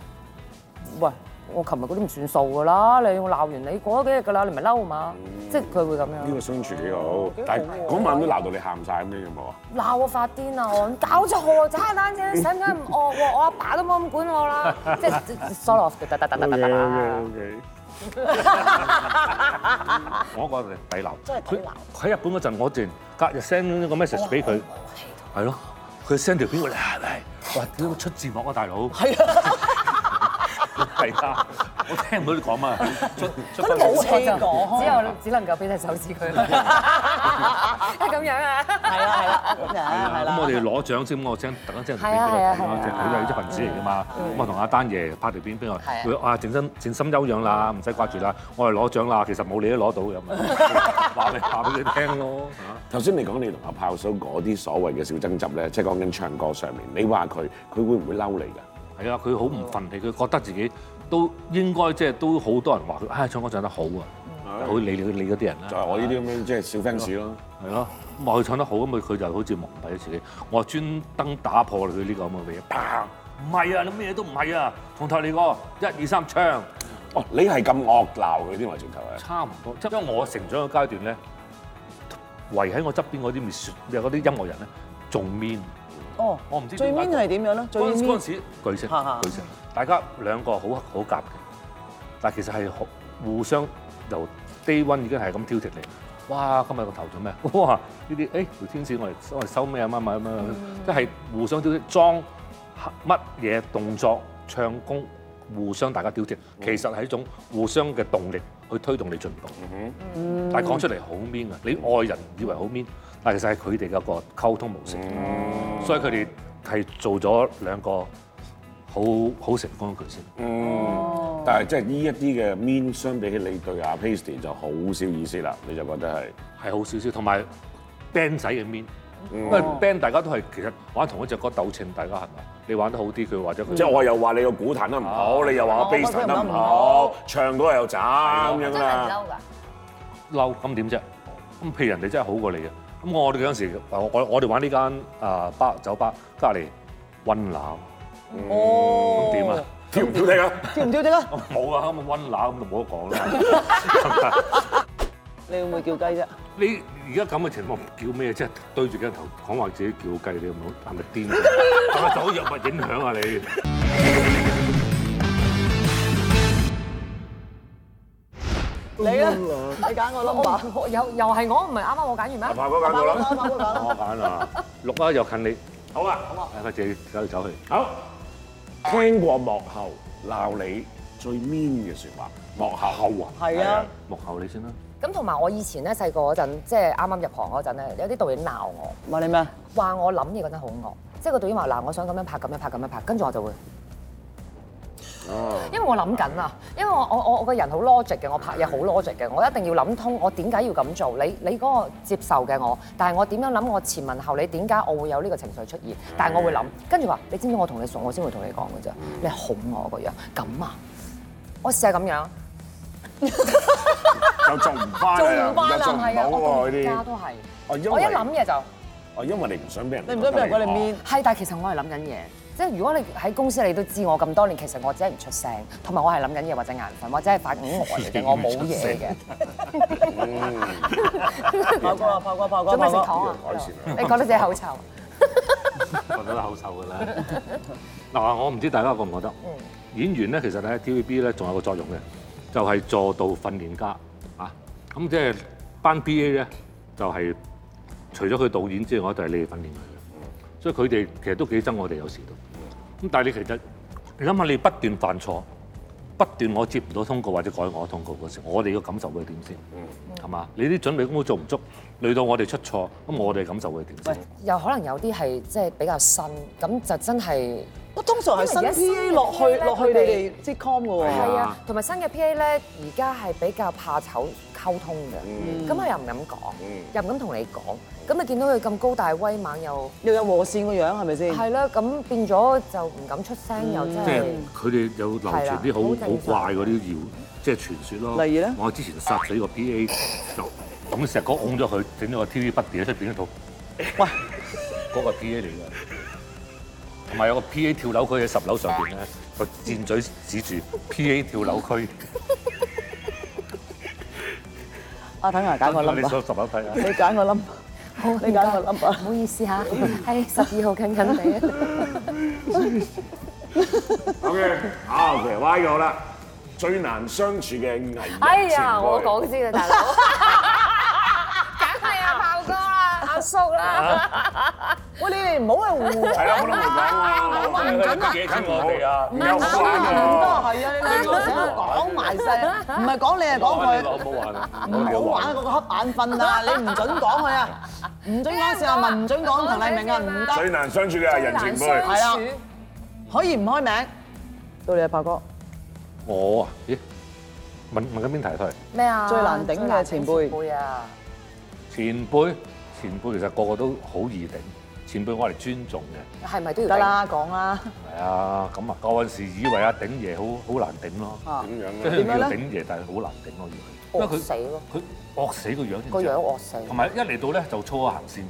Speaker 4: 喂，我琴日嗰啲唔算數㗎啦，你我鬧完你過咗幾日㗎啦，你咪嬲嘛，即係佢會咁
Speaker 3: 呢個
Speaker 4: 樣
Speaker 3: 相處幾好，但係嗰晚都鬧到你喊晒咁樣有冇啊？
Speaker 4: 鬧我發癲啊！我搞錯喎，踩單車使唔使唔惡喎？我阿爸都冇咁管我啦，即係 sort of 得得得得得得啦。
Speaker 3: K。
Speaker 2: [laughs] 我覺得抵鬧。
Speaker 1: 真係抵鬧
Speaker 2: 佢喺日本嗰陣，我仲隔日 send 咗個 message 俾佢，係咯，佢 send 條片過嚟，喂，點解出字幕啊，大佬？係啊， [laughs] 係啊，我聽唔到你講乜，出出
Speaker 1: 佢都冇氣講，
Speaker 4: 只有只能夠俾隻手指佢啦，係咁樣啊！
Speaker 1: 係啦係啦，咁就係
Speaker 2: 咁
Speaker 1: 啦
Speaker 2: 我。哋攞獎先，咁我請特登請條
Speaker 4: 係
Speaker 2: 片
Speaker 4: 啊
Speaker 2: 俾佢睇
Speaker 4: 係啊
Speaker 2: 咯，即係
Speaker 4: 係啊嗯
Speaker 2: 佢都係一份子嚟噶嘛。咁我同阿丹爺拍條片俾我，
Speaker 4: 係啊嗯
Speaker 2: 佢啊靜心靜心休養啦，唔使掛住啦，我哋攞獎啦，其實冇你都攞到咁
Speaker 4: [laughs]
Speaker 2: 啊，話俾話俾佢聽咯嚇。
Speaker 3: 頭先你講你同阿炮嫂嗰啲所謂嘅小爭執咧，即係講緊唱歌上面，你話佢，佢會唔會嬲你㗎？
Speaker 2: 係啊，佢好
Speaker 4: 嗯
Speaker 2: 唔憤氣，佢覺得自己都應該即係都好多人話佢，唉、唱歌唱得好啊，好似你你你嗰啲人啦，
Speaker 3: 嗯就係我呢啲咁樣即係小 fans 咯。
Speaker 2: 係咯，咁話佢唱得好咁，佢佢就好似蒙蔽咗自己，我專登打破佢呢個咁嘅嘢，砰！唔係啊，你咩都唔係啊，從頭嚟過，一二三唱，
Speaker 3: 哦，你係咁惡鬧佢添啊，轉頭啊！
Speaker 2: 差唔多。即係因為我成長嘅階段咧，圍喺我側邊嗰啲 miss 有嗰啲音樂人咧，仲 mean。
Speaker 1: 哦，
Speaker 2: 我唔知
Speaker 1: 最
Speaker 2: 點解
Speaker 1: mean 係點樣咧？最
Speaker 2: 嗰陣
Speaker 1: mean
Speaker 2: 嗰陣時巨星
Speaker 1: 哈哈
Speaker 2: 巨星，大家兩個好好夾嘅，但係其實係好互相由低温已經係咁挑剔你。哇！今日個頭做咩？ [laughs] 哇！呢啲誒條天線我哋我哋收咩啊？乜乜乜乜，即係互相挑剔，裝乜嘢動作、唱功，互相大家挑剔，其實係一種互相嘅動力去推動你進步。但係講出嚟好 mean 啊！你外人以為好 mean，但係其實係佢哋嘅個溝通模式，所以佢哋係做咗兩個好好成功嘅巨星。
Speaker 3: 嗯，但係即係呢一啲嘅 mean 相比起你對阿 Pasty 就好少意思啦，你就覺得係
Speaker 2: 係好少少，同埋 band 仔嘅面，因為 band 大家都係其實玩同一隻歌鬥稱，大家係咪？你玩得好啲，佢或者佢
Speaker 3: 即係我又話你個鼓彈得唔好，你又話我 bass 彈得唔好，啊唱歌又渣咁樣
Speaker 5: 真係唔
Speaker 3: 啦。
Speaker 5: 嬲㗎。
Speaker 2: 嬲，咁點啫？咁譬如人哋真係好過你嘅，咁我哋嗰陣時，我我我哋玩呢間啊吧酒吧隔離温拿，
Speaker 1: 哦
Speaker 2: 咁點啊？？
Speaker 3: 跳唔跳得啊？
Speaker 1: 跳唔跳得啊？
Speaker 2: 冇啊，咁温拿咁就冇得講啦。
Speaker 1: 你會唔會叫雞啫？
Speaker 2: 你而家咁嘅情況叫咩？即係對住鏡頭講話自己叫雞，你有冇係咪癲？係咪受藥物影響啊你？
Speaker 1: 你咧？你揀個 number。
Speaker 4: 我又又係我唔係啱啱我揀完咩
Speaker 3: 阿？炮哥揀過啦，
Speaker 1: 哦
Speaker 2: 我揀啊，六啊又近你，
Speaker 3: 好啊，
Speaker 2: 係咪自己走嚟走去？
Speaker 3: 好。聽過幕後鬧你最 mean 嘅説話，幕後啊，
Speaker 1: 係啊，
Speaker 2: 幕後你先啦，
Speaker 4: 咁同埋我以前咧細個嗰陣，即係啱啱入行嗰陣咧，有啲導演鬧我，
Speaker 1: 問你咩？
Speaker 4: 話我諗嘢覺得好惡，即係個導演話嗱，我想咁樣拍，咁樣拍，咁樣拍，跟住我就會，
Speaker 3: 哦
Speaker 4: 因為我諗緊啊，因為我我我我個人好 logic 嘅，我拍嘢好 logic 嘅，我一定要諗通我點解要咁做，你你嗰個接受嘅我，但係我點樣諗我前文後理，點解我會有呢個情緒出現，
Speaker 3: 嗯
Speaker 4: 但係我會諗，跟住話你知唔知我同你熟，我先會同你講嘅啫，你好我個樣，咁啊，我試係咁樣，
Speaker 3: 就做唔翻
Speaker 4: 做唔翻
Speaker 3: 又做
Speaker 4: 啦，
Speaker 3: 唔
Speaker 4: 係啊，
Speaker 3: 到
Speaker 4: 我
Speaker 3: 喎
Speaker 4: 到而家
Speaker 3: 呢
Speaker 4: 都係，
Speaker 3: 啲。
Speaker 4: 我一諗嘢就。
Speaker 3: 哦，因為你唔想俾人，
Speaker 1: 你唔想俾人覺得你
Speaker 3: 面，
Speaker 1: 面，
Speaker 4: 係，但係其實我係諗緊嘢，即係如果你喺公司你都知我咁多年，其實我只係唔出聲，同埋我係諗緊嘢或者眼瞓或者係發緊呆嚟嘅，我冇嘢 [laughs] 嘅。
Speaker 1: 炮哥啊，炮哥，炮哥，
Speaker 4: 準備
Speaker 1: 炮
Speaker 4: 食
Speaker 1: 哥。
Speaker 4: 糖啊
Speaker 3: 呢個改善啊！
Speaker 4: 你覺得自己口臭？
Speaker 2: 覺得口臭㗎啦。 [laughs] 嗱，我唔知大家覺唔覺得，演員咧其實咧 TVB 咧仲有個作用嘅，就係、助導訓練家啊。咁即係班 PA 咧，就係、除咗佢導演之外，就係你哋訓練佢嘅。所以佢哋其實都幾憎我哋有時都。咁但係你其實你諗下，你不斷犯錯，不斷我接唔到通告或者改我通告嗰時，我哋嘅感受會點先？係嘛？你啲準備功夫做唔足，累到我哋出錯，咁我哋感受會點先？
Speaker 4: 又可能有啲係即係比較新，咁就真係
Speaker 1: 我通常係新
Speaker 4: 因為而家新
Speaker 1: PA
Speaker 4: 嘅
Speaker 1: 落去
Speaker 4: PA 呢
Speaker 1: 落去
Speaker 4: 佢
Speaker 1: 你
Speaker 4: 哋
Speaker 1: 哋即 com 嘅喎。
Speaker 4: 係啊，同埋新嘅 PA 咧，而家係比較怕醜溝通嘅，咁佢又唔敢講，又唔敢同你講，咁你見到佢咁高大威猛又
Speaker 1: 又有和善個樣係咪先？
Speaker 4: 係啦，咁變咗就唔敢出聲，又真
Speaker 2: 即係
Speaker 4: 係。
Speaker 2: 佢哋有流傳啲好
Speaker 4: 係啦
Speaker 2: 好怪嗰啲謠，即係傳說咯。
Speaker 1: 例如咧
Speaker 2: 我之前殺死個 P.A. 就咁石哥㧬咗佢，整咗個 T.V. 筆電喺出邊嗰度。喂，嗰個 P.A. 嚟㗎，同埋有個 P.A. 跳樓區喺十樓上邊咧，個箭嘴指住 P.A. 跳樓區。
Speaker 1: 啊，等我揀個
Speaker 2: 你
Speaker 1: number，
Speaker 2: 上十樓睇啊！
Speaker 1: 你揀個 number。
Speaker 4: 好，
Speaker 1: 你揀個 number
Speaker 4: 唔好意思嚇，係十二號近近地。
Speaker 3: OK，啊，OK，歪咗啦。最難相處嘅藝人前輩
Speaker 4: 哎呀，我講先啊，大佬，梗係阿炮哥啦，阿叔啦，
Speaker 1: 喂，你哋唔好係互
Speaker 3: 係啦，我都冇講啊，我唔
Speaker 2: 緊啊幾親我哋啊
Speaker 3: 唔有
Speaker 1: 講
Speaker 3: 玩
Speaker 1: 啊，
Speaker 3: 啊，
Speaker 1: 係啊，你兩個成日講埋晒，唔係講你係講佢。
Speaker 2: 我冇玩啊！
Speaker 1: 唔好玩嗰個瞌眼
Speaker 4: [laughs]
Speaker 1: 瞓啊！你唔准講佢啊，唔准講邵文，唔准講滕麗明啊，唔
Speaker 4: [laughs]
Speaker 1: 得，
Speaker 3: 最難相處嘅藝人前輩。
Speaker 1: 係啦，可以唔開名。到你啊，炮哥，
Speaker 2: 我啊，咦？問問緊邊題佢？
Speaker 4: [laughs] 咩啊？
Speaker 1: 最難頂嘅前輩
Speaker 4: 最難頂前輩啊！
Speaker 2: 前輩，前輩其實個個都好易頂，前輩我係尊重嘅。
Speaker 4: 係咪都要
Speaker 1: 得
Speaker 4: 頂？
Speaker 1: 啦，講啦，
Speaker 2: 係啊，咁啊，嗰陣時以為阿鼎爺好好難頂
Speaker 4: 啊
Speaker 2: 咯，
Speaker 3: 咁樣
Speaker 2: 即
Speaker 3: 咧，
Speaker 2: 係叫鼎爺，但係好難頂我以為，
Speaker 4: 惡死咯，
Speaker 2: 佢惡死個樣，
Speaker 4: 個樣惡死。
Speaker 2: 啊同埋一嚟到咧就粗口行先，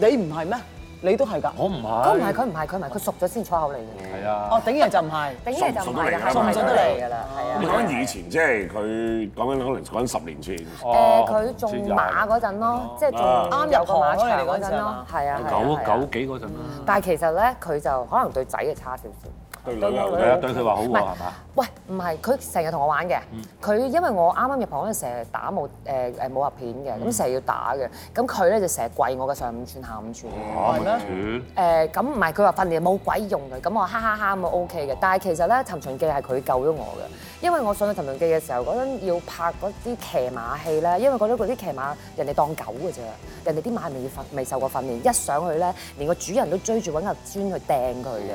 Speaker 1: 你唔係咩？你都係㗎。
Speaker 2: 我唔係，
Speaker 4: 哦佢唔係佢唔係佢唔係佢熟咗先粗口嚟嘅，
Speaker 2: 係啊，
Speaker 1: 哦，頂嘢就唔係。
Speaker 4: 頂嘢就唔係㗎，
Speaker 3: 熟唔
Speaker 1: 熟
Speaker 4: 係
Speaker 1: 得
Speaker 4: 佢
Speaker 1: 嚟
Speaker 4: 㗎啦，係啊
Speaker 3: 你。講緊以前，即係佢講緊可能講緊十年前，
Speaker 2: 哦
Speaker 4: 誒，佢仲馬嗰陣咯，即係仲
Speaker 1: 啱入
Speaker 4: 有個
Speaker 1: 行咯
Speaker 4: 馬場
Speaker 1: 你哋嗰
Speaker 4: 嗰
Speaker 1: 陣
Speaker 4: 陣
Speaker 1: 係
Speaker 4: 咯
Speaker 1: 嘛，
Speaker 4: 係啊，係啊
Speaker 2: 九
Speaker 4: 係啊
Speaker 2: 九幾嗰陣啦，
Speaker 4: 但係其實咧，佢就可能對仔嘅差少少。
Speaker 3: 對女
Speaker 4: 對
Speaker 2: 係
Speaker 3: 友
Speaker 2: 啊，
Speaker 3: 咧，
Speaker 2: 對佢話好
Speaker 4: 唔
Speaker 2: 喎
Speaker 4: 係
Speaker 2: 係嘛，
Speaker 4: 喂，唔係，佢成日同我玩嘅。佢因為我啱啱入行嗰陣，成日打武誒誒武俠片嘅，咁成日要打嘅。咁佢咧就成日跪我嘅上五寸下五寸。
Speaker 2: 我咪斷，
Speaker 4: 誒咁唔係佢話訓練冇鬼用嘅，咁我哈哈哈咁 OK 嘅。但係其實咧，《尋秦記》係佢救咗我嘅，因為我上去《尋秦記》嘅時候，嗰陣要拍嗰啲騎馬戲咧，因為覺得嗰啲騎馬人哋當狗嘅啫，人哋啲馬係未訓未受過訓練，一上去咧，連個主人都追住揾個磚去掟佢嘅。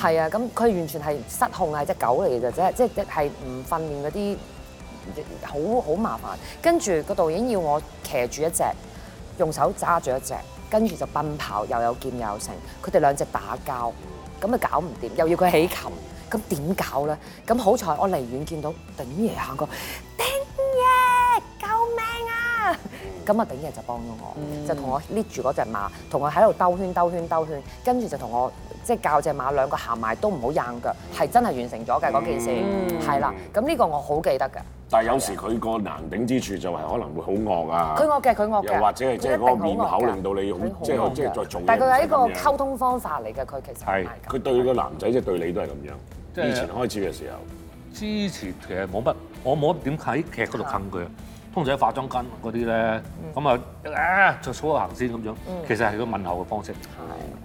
Speaker 4: 係啊，咁佢完全係失控係只狗嚟嘅啫，即係即係係唔訓練嗰啲好好麻煩。跟住個導演要我騎住一隻。用手揸住一隻，跟住就奔跑，又有劍又有成，佢哋兩隻打交，咁啊搞唔掂，又要佢起擒，咁點搞咧？咁好彩我離遠見到頂爺行過，頂爺救命啊！咁啊頂爺就幫咗我，就同我捏住嗰隻馬，同我喺度兜圈兜圈兜圈，跟住就同我。即係教只馬兩個行埋都唔好硬腳，係真係完成咗嘅嗰件事，係啦、咁呢個我好記得嘅，
Speaker 3: 但係有時佢個難頂之處就係可能會好惡啊，
Speaker 4: 佢惡嘅，佢惡嘅，
Speaker 3: 又或者係即係嗰個面口令到你好
Speaker 4: 佢惡嘅
Speaker 3: 即係
Speaker 4: 佢惡嘅
Speaker 3: 即係再做嘢
Speaker 4: 但係佢係一個
Speaker 3: 唔使咁樣
Speaker 4: 溝通方法嚟嘅，佢其實係
Speaker 2: 係
Speaker 4: 㗎
Speaker 3: 佢對個男仔即係對你都係咁
Speaker 2: 即
Speaker 3: 樣。
Speaker 2: 係
Speaker 3: 以前開始嘅時候，
Speaker 2: 之前其實冇乜，我冇乜點喺劇嗰度坑
Speaker 1: 啊
Speaker 2: 佢，啊通常喺化妝間嗰啲咧，
Speaker 1: 嗯
Speaker 2: 咁啊啊着粗口行先咁樣，其實係個問候嘅方式。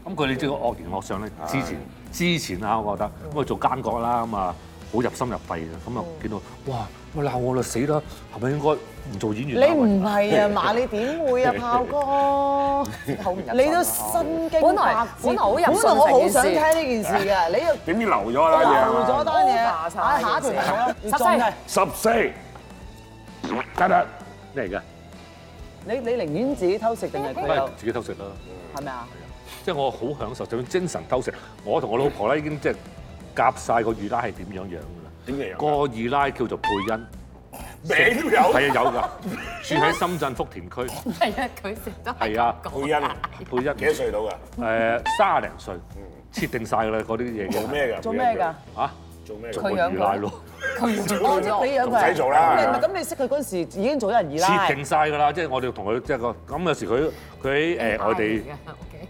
Speaker 2: 咁佢哋即係惡言惡相咧，之前之前啊，我覺得
Speaker 1: 嗯
Speaker 2: 咁啊做奸角啦，咁啊好入心入肺嘅，咁啊見到哇，咪鬧我啦死啦，係咪應該唔做演員啊？
Speaker 1: 你唔係啊嘛？你點會啊，炮 [laughs] 哥？
Speaker 4: 好唔入心啊
Speaker 1: 你都身經
Speaker 4: 本來
Speaker 1: 百戰
Speaker 4: 本來好入心
Speaker 1: 本來我好
Speaker 4: 成
Speaker 1: 想
Speaker 4: 件
Speaker 1: 聽呢
Speaker 4: 事
Speaker 1: 件事嘅，你又
Speaker 3: 點知留咗啦
Speaker 1: 漏
Speaker 3: 嘢
Speaker 1: 咗
Speaker 3: 啊
Speaker 1: 單嘢，
Speaker 4: Over 晒
Speaker 1: 唉，下一條題啦，要
Speaker 4: 十四
Speaker 1: 撞題。
Speaker 3: 嘛，十四，得得。
Speaker 2: 咩嚟㗎？
Speaker 1: 你你寧願自己偷食定係
Speaker 2: 梗
Speaker 1: 佢
Speaker 2: 係
Speaker 1: 有
Speaker 2: 自己偷食啦，
Speaker 1: 係咪啊？
Speaker 2: 即係我好享受，就算精神偷食，我同我老婆咧已經即係夾晒個魚啦係點樣樣㗎啦。
Speaker 3: 點嘅樣啊
Speaker 2: 個二奶叫做佩欣，
Speaker 3: 名都有
Speaker 2: 係啊有㗎，住喺深圳福田區，
Speaker 5: 係啊，佢食得
Speaker 2: 係啊，
Speaker 3: 配音
Speaker 2: 佩欣
Speaker 3: 幾多歲到㗎？
Speaker 2: 誒三零歲，設定晒㗎啦嗰啲嘢
Speaker 3: 做
Speaker 2: 嘅
Speaker 3: 咩㗎？
Speaker 1: 做咩㗎？
Speaker 2: 嚇，
Speaker 3: 做咩㗎？
Speaker 2: 做個二奶咯，
Speaker 4: [laughs]
Speaker 1: 哦，即係你養佢啊。
Speaker 3: 唔使做啦
Speaker 1: 你唔係咁，你識佢嗰陣時已經做咗人二
Speaker 2: 設
Speaker 1: 奶。
Speaker 2: 定晒㗎啦，即係我哋同佢即係個咁有時佢佢喺誒我哋。
Speaker 5: OK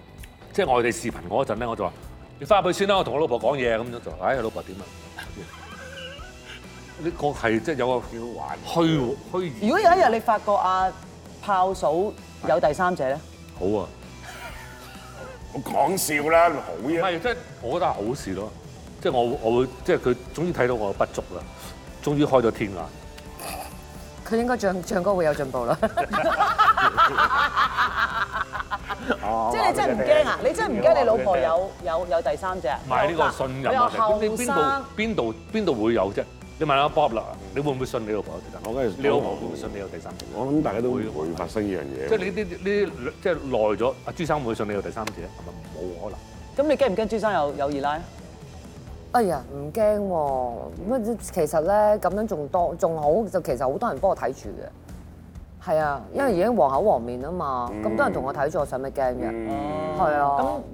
Speaker 2: 即係我哋視頻嗰陣咧，我就話：你翻入去先啦，我同我老婆講嘢咁樣就，唉、老婆點啊？呢個係即係有個
Speaker 3: 要玩。
Speaker 2: 虛虛擬
Speaker 1: 如果有一日你發覺阿炮嫂有第三者咧，
Speaker 2: 好啊，
Speaker 3: 我講笑啦，好
Speaker 2: 唔
Speaker 3: 嘢。
Speaker 2: 係即係我覺得係好事咯，即係我我會即係佢終於睇到我嘅不足啦，終於開咗天眼，
Speaker 4: 佢應該唱唱歌會有進步啦。 [laughs]
Speaker 1: 即係你真係唔驚啊！你真係唔驚你老婆有有有第三者啊？
Speaker 2: 唔係呢個信任
Speaker 1: 有
Speaker 2: 問題，
Speaker 1: 後
Speaker 2: 咁你邊
Speaker 1: 生
Speaker 2: 度。邊度邊度會有啫？你問下 Bob 啦，你會唔會信你老婆有第三者？
Speaker 3: 我梗係
Speaker 2: 你老婆會唔會信你有第三者？
Speaker 3: 我諗大家都會會發生呢樣嘢。
Speaker 2: 即係呢啲呢啲即係耐咗，阿朱生會唔會信你有第三者？係咪冇可
Speaker 1: 咁
Speaker 2: 能？
Speaker 1: 你驚唔驚朱生有有二奶？
Speaker 4: 哎呀，唔驚喎！咁啊，其實咧咁樣仲多仲好，就其實好多人幫我睇住嘅。係啊，因為已經黃口黃面啊嘛，咁、多人同我睇住，我使乜驚
Speaker 3: 嗯
Speaker 4: 嘅？係啊，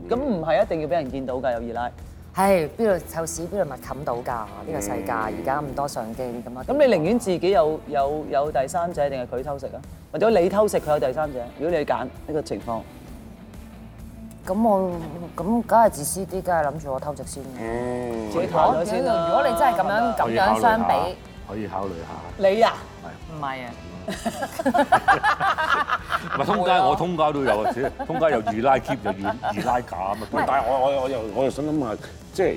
Speaker 1: 咁咁唔係一定要俾人見到㗎，有二奶。
Speaker 4: 係邊度臭屎邊度物冚到㗎？呢、個世界
Speaker 3: 嗯
Speaker 4: 而家咁多相機咁啊，
Speaker 1: 咁你寧願自己有有有第三者，定係佢偷食啊？或者你偷食佢有第三者？如果你揀呢個情況，
Speaker 4: 咁我咁梗係自私啲，梗係諗住我偷食先。
Speaker 3: 嗯
Speaker 1: 自己睇咗先啦。
Speaker 5: 如果你真係咁樣咁樣相比，
Speaker 2: 可以考慮下。
Speaker 1: 你啊，
Speaker 5: 唔係啊，
Speaker 2: 唔係通街，我通街都
Speaker 4: [laughs]
Speaker 2: 有啊！只係通街有二奶 keep，有二二奶架啊嘛。
Speaker 3: 但係我我我又我又想諗下，即係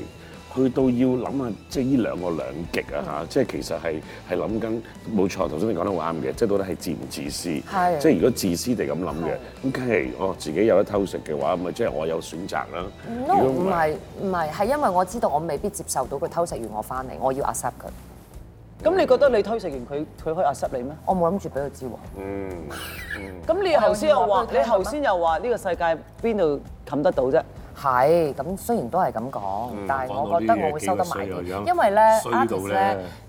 Speaker 3: 去到要諗下，即係呢兩個兩極
Speaker 4: 嗯
Speaker 3: 啊嚇，即係其實係係諗緊冇錯，頭先你講得好啱嘅，即係到底係自唔自私，
Speaker 4: 係
Speaker 3: 即係如果自私地咁諗嘅，咁梗係我自己有得偷食嘅話，咪即係我有選擇啦。
Speaker 4: no 唔係唔係，係因為我知道我未必接受到佢偷食完我翻嚟，我要 accept 佢。
Speaker 1: 咁你覺得你偷食完佢，佢可以 accept 你咩？
Speaker 4: 我冇諗住俾佢知喎。
Speaker 1: 咁你頭先又話
Speaker 5: 我，
Speaker 1: 你
Speaker 5: 有二奶
Speaker 1: 頭先又話呢個世界邊度冚得到啫？
Speaker 4: 係，咁雖然都係咁講，但係我覺得我會收得埋
Speaker 2: 講到呢嘢幾個衰啊
Speaker 4: 啲，
Speaker 2: 而家
Speaker 4: 因為咧
Speaker 2: 衰到
Speaker 4: artist
Speaker 2: 咧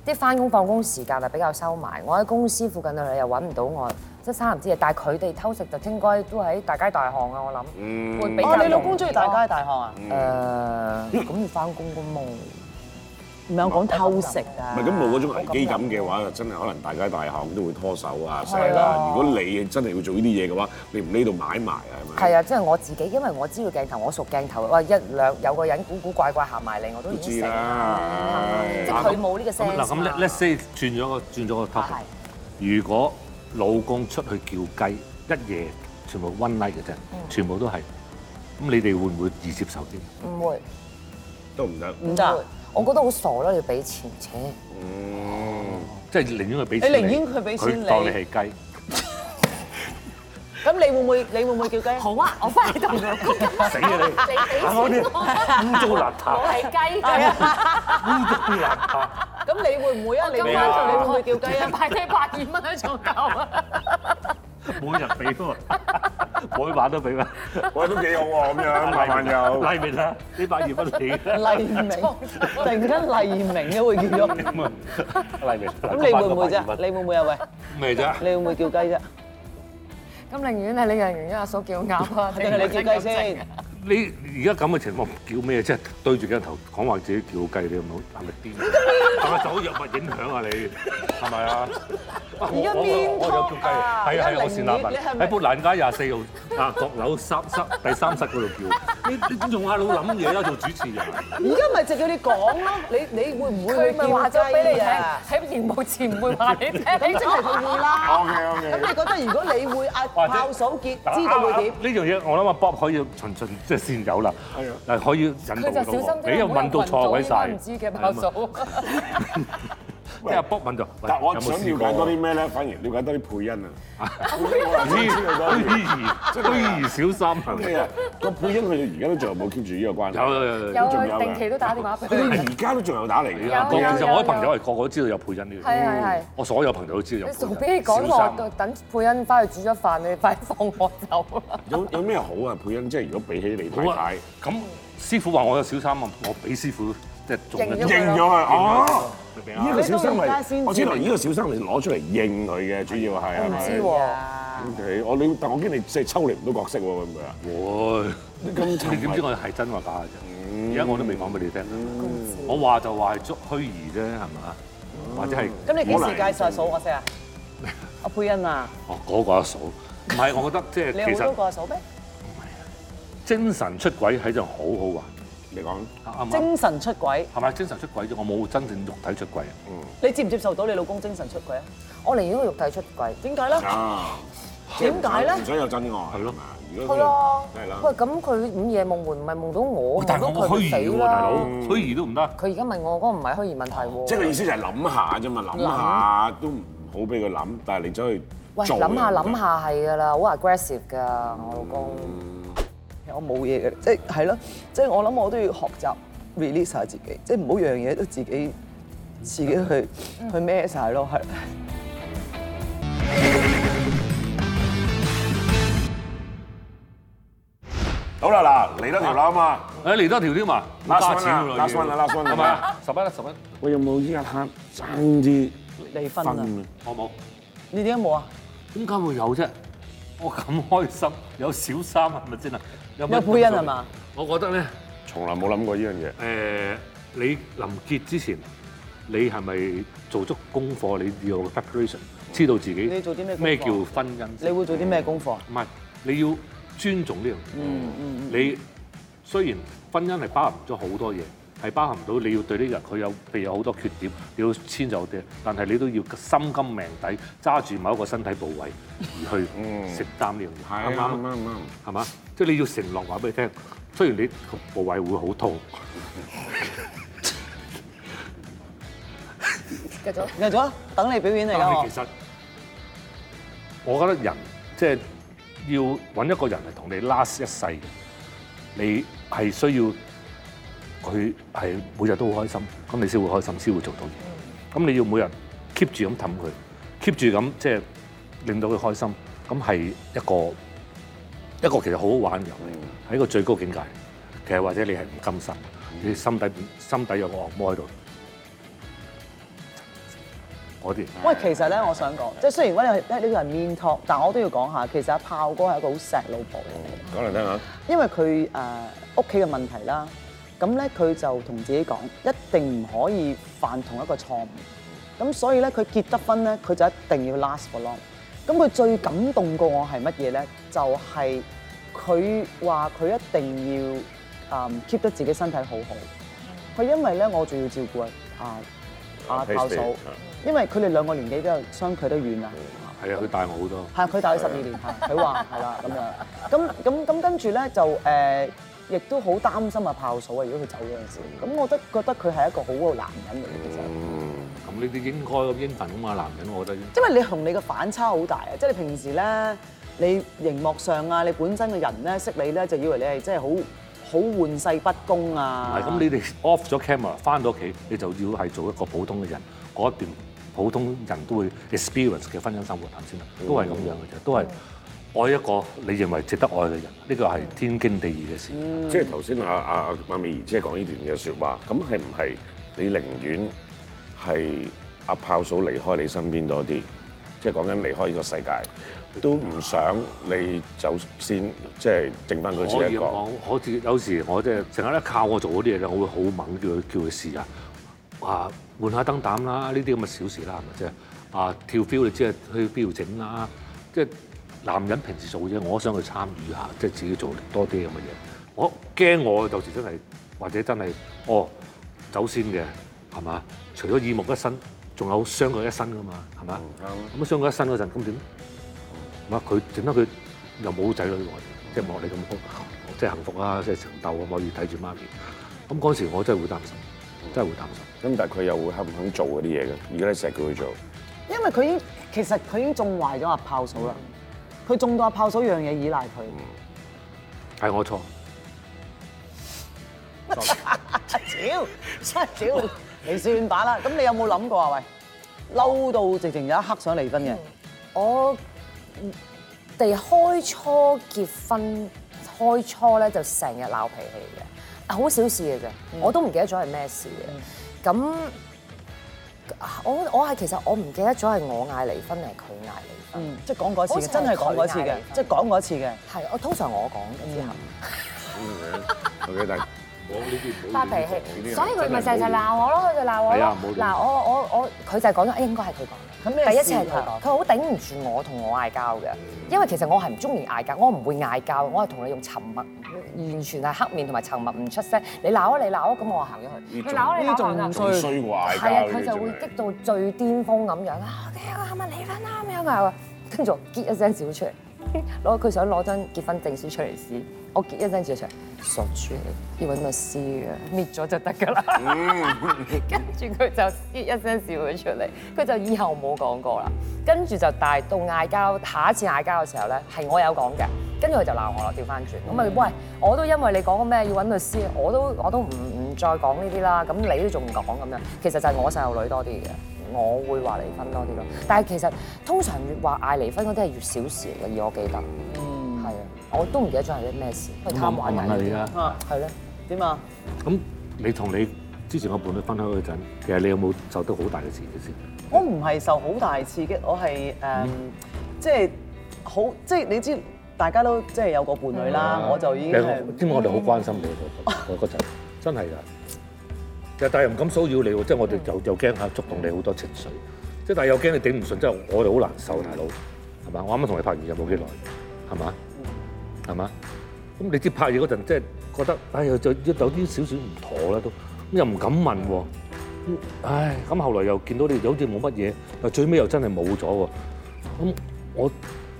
Speaker 4: 咧啲翻工放工時間就比較收埋，我喺公司附近佢又揾唔到我，即係三唔知嘢。但係佢哋偷食就應該都喺大街大巷啊，我諗會比較
Speaker 1: 哦，
Speaker 4: 容易咯。
Speaker 1: 你老公中意大街大巷啊？
Speaker 4: 誒，咁要翻工噶嘛？
Speaker 1: 唔係我講偷食啊
Speaker 3: 唔係咁冇嗰種危機感嘅話，就真係可能大家大行都會拖手啊，成
Speaker 4: 係
Speaker 3: 啦。
Speaker 4: 啊
Speaker 3: 如果你真係要做呢啲嘢嘅話，你唔呢度買埋啊，係咪？
Speaker 4: 係啊，即係我自己，因為我知道鏡頭，我熟鏡頭。哇，一兩有個人古古怪怪行埋嚟，我都
Speaker 3: 都
Speaker 4: 已
Speaker 3: 知啊
Speaker 4: 經食。
Speaker 3: 啦。
Speaker 4: 即啊係佢冇呢個聲。
Speaker 2: 嗱啊咁，let let's say 轉咗個轉咗個 topic
Speaker 4: 係。
Speaker 2: 如果老公出去叫雞，一夜全部 one night 嘅啫，全部都係。咁你哋會唔會易接受啲？
Speaker 4: 唔會。
Speaker 3: 都唔得。
Speaker 1: 唔
Speaker 4: 唔
Speaker 1: 得啊
Speaker 4: 會。我覺得好傻咯，你要俾錢，切
Speaker 2: 即係寧願佢俾
Speaker 1: 你
Speaker 2: 錢
Speaker 1: 寧願佢俾錢你
Speaker 2: 佢當你係雞。
Speaker 1: 咁你會唔會你會唔會叫雞？
Speaker 5: 好啊，我翻去同佢講，
Speaker 2: [laughs] 死啊你！
Speaker 5: 你俾
Speaker 2: 我啲污糟邋
Speaker 5: 我
Speaker 2: 遢，
Speaker 5: 係雞
Speaker 4: 啊
Speaker 5: 嘅，
Speaker 2: 污糟邋遢。
Speaker 1: 咁你會唔會啊？你會
Speaker 5: 今
Speaker 1: 唔
Speaker 5: 晚
Speaker 1: 會你會唔
Speaker 5: 同
Speaker 1: 會
Speaker 5: 你
Speaker 1: 叫雞啊？
Speaker 5: 百幾百二蚊都做夠啊！
Speaker 2: 每日俾喎，每晚都俾啦。
Speaker 3: 喂，都幾好喎，咁 [laughs] 樣慢慢又。
Speaker 2: 黎明啊，呢百二蚊你啦。
Speaker 1: 黎明，突然間黎明都會叫咗。
Speaker 2: 咁啊，黎明。
Speaker 1: 咁
Speaker 2: 咁
Speaker 1: [laughs] 你會唔會啫？你會唔會啊？喂，
Speaker 2: [laughs] 咩啫？
Speaker 1: 你會唔會叫雞啫？
Speaker 4: [laughs] 咁寧願係你人願阿嫂叫鴨
Speaker 5: [laughs]
Speaker 4: 啊，
Speaker 1: 定係你叫雞先？
Speaker 2: 你而家咁嘅情況叫咩啫？對住鏡頭講話自己叫雞，你有冇係咪癲？係咪受咗藥物影響啊？你係咪啊？而
Speaker 1: 家邊
Speaker 2: 我我有叫雞，
Speaker 1: 啊
Speaker 2: 係啊係
Speaker 1: 一
Speaker 2: 啊，
Speaker 1: 零
Speaker 2: 我善立
Speaker 1: 二你係
Speaker 2: 文
Speaker 1: 咪
Speaker 2: 喺砵蘭街廿四號啊閣樓三室第三室嗰度叫。你你用下腦諗嘢啦，做主持人。
Speaker 1: 而家咪就叫你 [laughs] 講咯，你你會唔會
Speaker 4: 佢咪話咗俾你
Speaker 1: [laughs]
Speaker 4: 聽
Speaker 1: 啊？，
Speaker 4: 喺言無前唔
Speaker 2: [laughs]
Speaker 4: 會話你聽。
Speaker 1: 咁即係佢會啦。
Speaker 3: OK OK
Speaker 1: 咁。你覺得如果你會阿
Speaker 2: [laughs] 或者
Speaker 1: 炮嫂傑知道會點？
Speaker 2: 呢樣嘢我諗阿 Bob 可以循循即係善友啦，係可以引導
Speaker 4: 佢就
Speaker 2: 到
Speaker 4: 小心啲，
Speaker 2: 喎。你又問到錯位晒，啊
Speaker 4: 唔知嘅爆嫂。
Speaker 2: 即係阿 Bob 問到，喂
Speaker 3: 但我
Speaker 2: 有冇
Speaker 3: 想了
Speaker 2: 試過
Speaker 3: 解多啲咩咧？反而了解多啲配 [laughs] 音啊！
Speaker 2: 虛
Speaker 3: 配音
Speaker 2: 而虛而小心係咪？
Speaker 3: 啊！個配音佢而家都仲有冇 keep 住呢個關係？
Speaker 2: 有有有
Speaker 4: 有
Speaker 2: 有。
Speaker 4: 啊，定期都打電話
Speaker 2: [laughs]
Speaker 4: 俾佢。
Speaker 3: 而家都仲有啊打嚟
Speaker 2: 其
Speaker 3: 嘅。
Speaker 4: 有有
Speaker 2: 實我啲
Speaker 4: 有
Speaker 2: 朋友係個個都知道有配音呢樣
Speaker 4: 係係
Speaker 2: 嘢
Speaker 4: 係，
Speaker 2: 我所有朋友都知道有
Speaker 4: 你
Speaker 2: 配音。
Speaker 4: 仲俾你講
Speaker 2: 小心
Speaker 4: 我等配欣翻去煮咗飯，你快放我走啦！
Speaker 3: 有有咩好啊？配音即係如果比起你太
Speaker 2: 好啊
Speaker 3: 太，，
Speaker 2: 咁師傅話我有小三啊，我俾師傅即係中
Speaker 4: 認
Speaker 2: 一中
Speaker 4: 咗佢
Speaker 3: 認咗佢哦，呢個小生
Speaker 1: 你到而家先
Speaker 3: 咪
Speaker 1: 知
Speaker 3: 我知道，呢個小生咪攞出嚟認佢嘅，主要係係
Speaker 4: 唔
Speaker 3: 咪？
Speaker 4: 知喎，
Speaker 3: OK，我你但我驚你即係抽離唔到角色喎，會唔會啊？
Speaker 2: 會，你點知我係真話假嘅啫？而家我都未講俾你聽，我話就話係捉虛擬啫，係咪？或者係
Speaker 1: 咁你幾時介紹阿嫂我識啊？ [laughs] 阿佩欣啊，
Speaker 2: 哦嗰個阿嫂？唔係，我覺得即
Speaker 1: 你
Speaker 2: 係
Speaker 1: 有
Speaker 2: 其
Speaker 1: 好多
Speaker 2: 實
Speaker 1: 個阿嫂咩？
Speaker 2: 精神出軌係一樣好啊
Speaker 3: 你講
Speaker 2: 好玩，啱唔啱？
Speaker 1: 精神出軌，
Speaker 2: 係咪精神出軌啫？我冇真正肉體出軌。啊
Speaker 1: 你接唔接受到你老公精神出軌啊？
Speaker 4: 我寧願個肉體出軌。
Speaker 1: 點解咧？
Speaker 3: 啊？
Speaker 1: 點解咧
Speaker 3: 唔想有真愛係啊
Speaker 2: 咯，
Speaker 3: 如
Speaker 4: 係
Speaker 3: 果
Speaker 4: 咯
Speaker 3: 係啦，
Speaker 4: 喂，咁佢午夜夢回唔係夢到哦我，
Speaker 2: 但係
Speaker 4: 夢
Speaker 2: 講
Speaker 4: 到
Speaker 2: 個虛
Speaker 4: 佢
Speaker 2: 擬
Speaker 4: 死
Speaker 2: 喎，大佬
Speaker 4: 啦。，
Speaker 2: 虛擬都唔得。
Speaker 4: 佢而家問我嗰個唔係虛擬問題喎。
Speaker 3: 即係個意思就係諗下啫嘛，諗下都唔好俾佢諗，但係你走去
Speaker 4: 嗯喂，
Speaker 3: 做
Speaker 4: 諗下諗下係㗎啦，好 aggressive 㗎，我老公。
Speaker 1: 我冇嘢嘅，即係係咯，即係我諗我都要學習 release 下自己，即係唔好樣嘢都自己自己去去孭晒咯，係。
Speaker 3: 好啦，嗱嚟多條啦
Speaker 4: 啊
Speaker 3: 嘛
Speaker 2: 誒嚟多條添啊嘛，要加錢㗎啦
Speaker 3: ，last one
Speaker 2: 要
Speaker 3: 啦，last one 啦，last one 啦
Speaker 2: 係咪啊？十蚊啦，十蚊，
Speaker 3: 我有冇依一刻爭啲
Speaker 1: 離婚啊
Speaker 3: 啊？
Speaker 2: 我冇。
Speaker 1: 你點解冇啊？
Speaker 2: 點解會有啫？我咁開心，有小三係咪先啊？有
Speaker 1: 有配音係嘛？
Speaker 2: 我覺得咧，
Speaker 3: 從來冇諗過呢樣嘢。
Speaker 2: 誒、呃你臨結之前，你係咪做足功課？你要有 preparation，知道自己
Speaker 1: 你做啲咩功課
Speaker 2: 咩叫婚姻先？
Speaker 1: 你會做啲咩功課？
Speaker 2: 唔係，你要尊重呢樣嘢。嗯嗯。你雖然婚姻係包含咗好多嘢，係包含到你要對呢個人佢有譬如有好多缺點，你要遷就啲，但係你都要心甘命抵揸住某一個身體部位而去
Speaker 1: 嗯
Speaker 2: 承擔呢樣嘢，啱唔啱啊？
Speaker 3: 啱啱。
Speaker 2: 係嘛？即係你要承諾話俾你聽，雖然你個部位會好痛，
Speaker 4: 繼
Speaker 1: 繼
Speaker 4: 續。
Speaker 1: 續啊，等你表演嚟
Speaker 2: 但
Speaker 1: 㗎
Speaker 2: 係
Speaker 1: 我
Speaker 2: 其。實我覺得人即係要揾一個人嚟同你 last 一世嘅，你係需要佢係每日都好開心，咁你先會開心，先會做到嘢。咁你要每日 keep 住咁氹佢，keep 住咁即係令到佢開心，咁係一個一個其實好好玩嘅遊戲，係一個最高境界。其實或者你係唔甘心，你心底心底有個惡魔喺度，嗰啲。
Speaker 1: 喂，其實咧，我想講，即係雖然講呢呢個係 mean talk，但我都要講下，其實阿炮哥係一個好錫老婆嘅人嚟嘅。
Speaker 3: 講嚟聽下。
Speaker 1: 因為佢誒屋企嘅問題啦，咁咧佢就同自己講，一定唔可以犯同一個錯誤。咁所以咧，佢結得婚咧，佢就一定要 last for long。咁佢最感動過我係乜嘢咧？就係佢話佢一定要誒 keep 得自己身體好好。佢因為咧，我仲要照顧啊啊炮嫂，因為佢哋兩個年紀都有相距得遠啦。
Speaker 2: 係啊，佢大我好多。
Speaker 1: 係佢大佢十二年，係佢話係啦咁樣。咁咁咁跟住咧就誒，呃亦都好擔心啊炮嫂啊！如果佢走嗰陣時，咁我都覺得佢係一個好嘅男人嚟嘅其實。
Speaker 2: 嗯咁呢啲應該咁應份咁嘛，男人我覺得應。
Speaker 1: 因為你同你嘅反差好大啊！即係你平時咧，你熒幕上啊，你本身嘅人咧識你咧，就以為你係真係好好玩世不恭
Speaker 2: 唔
Speaker 1: 啊。
Speaker 2: 係咁，你哋 off 咗 camera 翻到屋企，你就要係做一個普通嘅人，嗰一段普通人都會 experience 嘅婚姻生活係咪先啦？都係咁樣嘅啫，都係愛一個你認為值得愛嘅人，呢個係天經地義嘅事。
Speaker 3: 即係頭先阿阿阿美儀姐講呢段嘅説話，咁係唔係你寧願係阿炮嫂離開你身邊多啲，即係講緊離開呢個世界，都唔想你走先，即係剩翻佢
Speaker 2: 可
Speaker 3: 自己
Speaker 2: 以
Speaker 3: 一
Speaker 2: 咁
Speaker 3: 個。
Speaker 2: 講，我自己有時我即係成日咧靠我做嗰啲嘢咧，我會好猛叫佢叫佢試下啊換下燈膽啦，呢啲咁嘅小事啦，係咪啫？啊跳 feel 你知係去邊度整啦，即係男人平時做嘅嘢，我想去參與下，即係自己做多啲咁嘅嘢。我驚我有時真係或者真係哦走先嘅係嘛？除咗耳目一新，仲有傷佢一身噶嘛係
Speaker 3: 嗯
Speaker 2: 嘛？咁啊傷佢一身嗰陣咁點咧？唔係佢整得佢又冇仔女喎，即係冇你咁好，即係幸福啊，即係情竇咁可以睇住媽咪。咁嗰時我真係會擔心，真係會擔心。
Speaker 3: 咁但係佢又會肯唔肯做嗰啲嘢嘅？而家你成日叫佢做，
Speaker 1: 因為佢已經其實佢已經種壞咗阿炮嫂啦，佢種到阿炮嫂樣嘢依賴佢。
Speaker 2: 係我錯，
Speaker 1: 屌，真係屌，你算把啦。咁你有冇諗過啊？喂，嬲到直情有一刻想離婚嘅，
Speaker 4: 我哋開初結婚開初咧就成日鬧脾啊
Speaker 3: 嗯
Speaker 4: 氣嘅，好小事嘅啫，我都唔記得咗係咩事嘅。咁我我係其實我唔記得咗係我嗌離婚定係佢嗌離婚。
Speaker 1: 嗯，即係講過一次
Speaker 4: 好
Speaker 1: 嘅，
Speaker 4: 似係
Speaker 1: 真係講過一次
Speaker 4: 佢嗌
Speaker 1: 嘅
Speaker 4: 你，
Speaker 1: 即係講過一次嘅。
Speaker 4: 係我通常我講嘅之後
Speaker 2: 我呢啲唔好亂
Speaker 3: 嗯，OK，但係呢
Speaker 4: 發脾
Speaker 3: 啲
Speaker 4: 氣，
Speaker 3: 係
Speaker 4: 所以佢咪
Speaker 3: 真
Speaker 4: 成
Speaker 3: 係冇
Speaker 4: 日
Speaker 3: 料
Speaker 4: 鬧我咯，佢就鬧我
Speaker 2: 係啊
Speaker 4: 咯
Speaker 2: 冇。料
Speaker 4: 嗱我我我佢就係講咗，哎應該係佢講嘅。
Speaker 1: 咁咩
Speaker 4: 第一
Speaker 1: 事
Speaker 4: 次係佢
Speaker 1: 啊
Speaker 4: 講，佢好頂唔住我同我嗌交嘅，因為其實我係唔中意嗌交，我唔會嗌交，我係同你用沉默，完全係黑面同埋沉默唔出聲。你鬧啊你鬧啊，咁我行咗去。
Speaker 3: 呢
Speaker 4: 你
Speaker 3: 種
Speaker 4: 鬧啊你鬧
Speaker 1: 呢
Speaker 4: 啊咁
Speaker 1: 種
Speaker 4: 樣
Speaker 3: 仲衰過嗌交
Speaker 4: 係啊，
Speaker 3: 呢
Speaker 4: 佢
Speaker 3: 啲
Speaker 4: 就
Speaker 3: 真
Speaker 4: 會
Speaker 3: 係
Speaker 4: 激到最巔峰咁樣啊！我哋啊係咪離婚啊咁樣啊？跟住我結一聲笑出嚟，攞佢想攞張結婚證書出嚟試，我結一聲笑出嚟，傻豬嚟，要揾律師嘅，搣咗就得㗎啦。跟住佢就一聲笑咗出嚟，佢就以後冇講過啦。跟住就但係到嗌交，下一次嗌交嘅時候咧，係我有講嘅，跟住佢就鬧我啦，調翻轉。咁咪喂，我都因為你講個咩要揾律師，我都我都唔唔再講呢啲啦。咁你都仲講咁樣，其實就係我細路女多啲嘅。我會話離婚多啲咯，但係其實通常越話嗌離婚嗰啲係越小事嚟嘅，以我記得，係啊，我都唔記得咗係啲咩事，去貪玩
Speaker 2: 問下你
Speaker 4: 啊，
Speaker 2: 啊。
Speaker 1: 啊，
Speaker 4: 係咯。
Speaker 1: 點啊？
Speaker 2: 咁你同你之前個伴侶分開嗰陣，其實你有冇受到好大嘅刺激先？
Speaker 1: 我唔係受好大刺激，我係誒、即係好，即係你知大家都即係有個伴侶啦，我就已經係
Speaker 2: 你知唔知我哋好關心你喎？嗰嗰陣真係㗎，但係又唔敢騷擾你喎，即係我哋又又驚嚇觸動你好多情緒，即係但係又驚你頂唔順，即係我哋好難受，大佬係嘛？我啱啱同你拍完嘢冇幾耐，係嘛？係嘛？咁你知拍嘢嗰陣，即係覺得唉，有有有啲少少唔妥啦都，咁又唔敢問喎。咁唉，咁後來又見到你好似冇乜嘢，又最尾又真係冇咗喎。咁我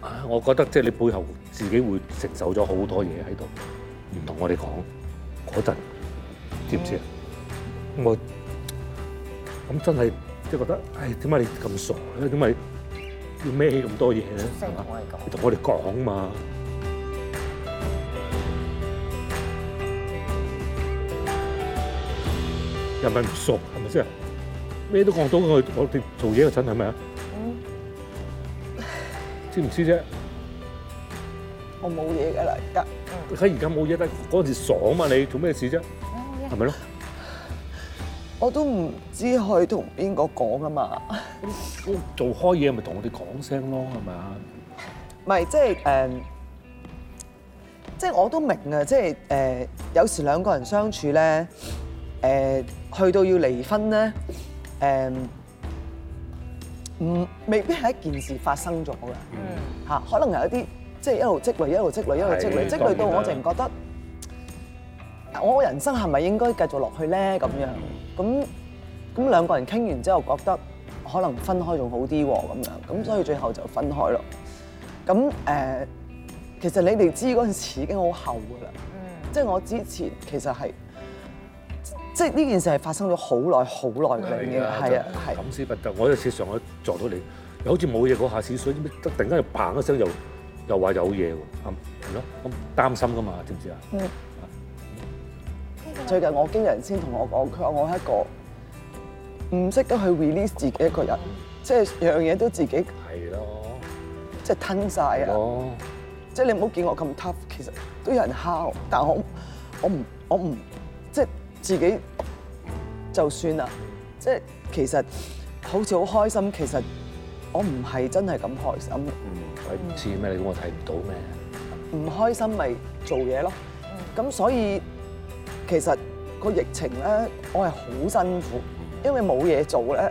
Speaker 2: 唉我覺得即係你背後自己會承受咗好多嘢喺度，唔同我哋講嗰陣，知唔知啊？咁我咁真係即係覺得，唉，點解你咁傻咧？點解要孭起咁多嘢咧？
Speaker 4: 聲
Speaker 2: 係嘛
Speaker 4: 同我哋講
Speaker 2: 你同我哋講嘛。又唔係唔熟，係咪先？咩都講到我我哋做嘢嗰陣係咪啊？知唔知啫？
Speaker 1: 我冇嘢㗎啦，而家
Speaker 2: 喺而家冇嘢得，嗰陣時傻啊嘛！你做咩事啫？係咪咯？
Speaker 1: 我都唔知去同邊個講啊嘛。
Speaker 2: 咁做開嘢咪同我哋講聲咯，係咪啊？
Speaker 1: 唔係即係誒、即係我都明啊！即係誒、有時兩個人相處咧，誒、去到要離婚咧，誒、唔未必係一件事發生咗嘅嚇，可能係一啲即係一路積累、一路積累、一路積累，
Speaker 2: 係
Speaker 1: 積累到
Speaker 2: 當然啦
Speaker 1: 我淨覺得啊我人生係咪應該繼續落去咧？咁樣咁咁兩個人傾完之後，覺得可能分開仲好啲喎，咁樣咁所以最後就分開咯。咁誒、呃其實你哋知嗰陣時已經好後㗎啦，即係我之前其實係即係呢件事係發生咗好耐好耐㗎
Speaker 2: Dạ,
Speaker 1: 啦，已經係啊係。
Speaker 2: 咁先不得。我有次上去撞到你，又好似冇嘢嗰下屎水，突然間又砰一聲又又話有嘢喎，咁係咯，咁擔心噶嘛，知唔知啊？
Speaker 1: 最近我經理人先同我講，佢話我係一個唔識得去 release 自己一個人，即係樣嘢都自己
Speaker 2: 係咯，
Speaker 1: 即係吞晒
Speaker 2: 係
Speaker 1: 啊！
Speaker 2: 咯，
Speaker 1: 即係你唔好見我咁 tough，其實都有人蝦我，但我我唔我唔即係自己就算啦。即係其實好似好開心，其實我唔係真係咁開心，
Speaker 2: 睇唔知咩？你估我睇唔到咩？
Speaker 1: 唔開心咪做嘢咯。咁所以其實個疫情咧，我係好辛苦，因為冇嘢做咧。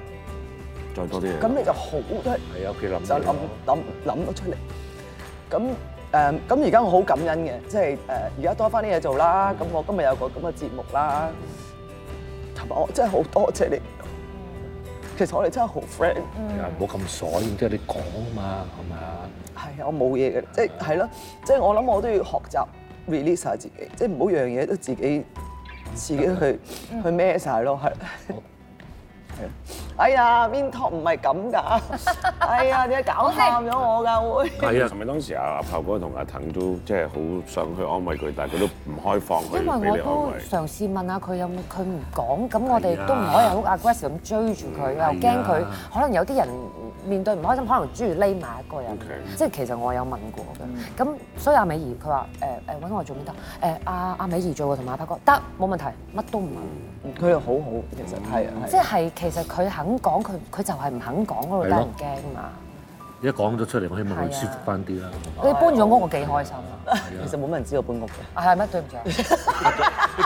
Speaker 3: 再多啲嘢。
Speaker 1: 咁你就好多
Speaker 2: 係啊，屋企諗
Speaker 1: 就諗諗諗到出嚟。咁誒咁而家我好感恩嘅，即係誒而家多翻啲嘢做啦。咁我今日有個咁嘅節目啦，同埋我真係好多謝你。其實我哋真係好 friend，
Speaker 2: 啊，唔好咁傻，然之後你講啊嘛，係咪啊？
Speaker 1: 係啊我冇嘢嘅，即係係咯，即係我諗我都要學習 release 下自己，即係唔好樣嘢都自己自己去去孭晒咯，係。係啊哎呀，邊托唔係咁㗎！哎呀，點解搞喊咗我㗎會？
Speaker 3: 係啊，係咪當時阿阿炮哥同阿騰都即係好想去安慰佢，但係佢都唔開放去
Speaker 4: 因為
Speaker 3: 俾
Speaker 4: 我
Speaker 3: 你安
Speaker 4: 都
Speaker 3: 慰。
Speaker 4: 嘗試問下佢有冇，佢唔講，咁我哋都唔可以好 aggressive 咁追住佢，又驚佢可能有啲人面對唔開心，可能中意匿埋一個人
Speaker 3: OK。
Speaker 4: 即係其實我有問過嘅，咁所以阿美儀佢話誒誒揾我做咩得？誒阿阿美儀
Speaker 1: 嗯
Speaker 4: 做嘅同埋阿柏哥得冇問題，乜都唔問。
Speaker 1: 佢哋好好，其實係啊，係
Speaker 4: 即係其實佢肯肯講，佢佢就係唔肯講嗰度，
Speaker 2: 係咯
Speaker 4: 得人驚嘛。
Speaker 2: 一講咗出嚟，我希望佢舒服翻啲啦。
Speaker 4: 你搬咗屋，我幾開心啊！
Speaker 1: 其實冇乜人知道搬屋嘅，
Speaker 4: 係咩？對唔住，
Speaker 2: 呢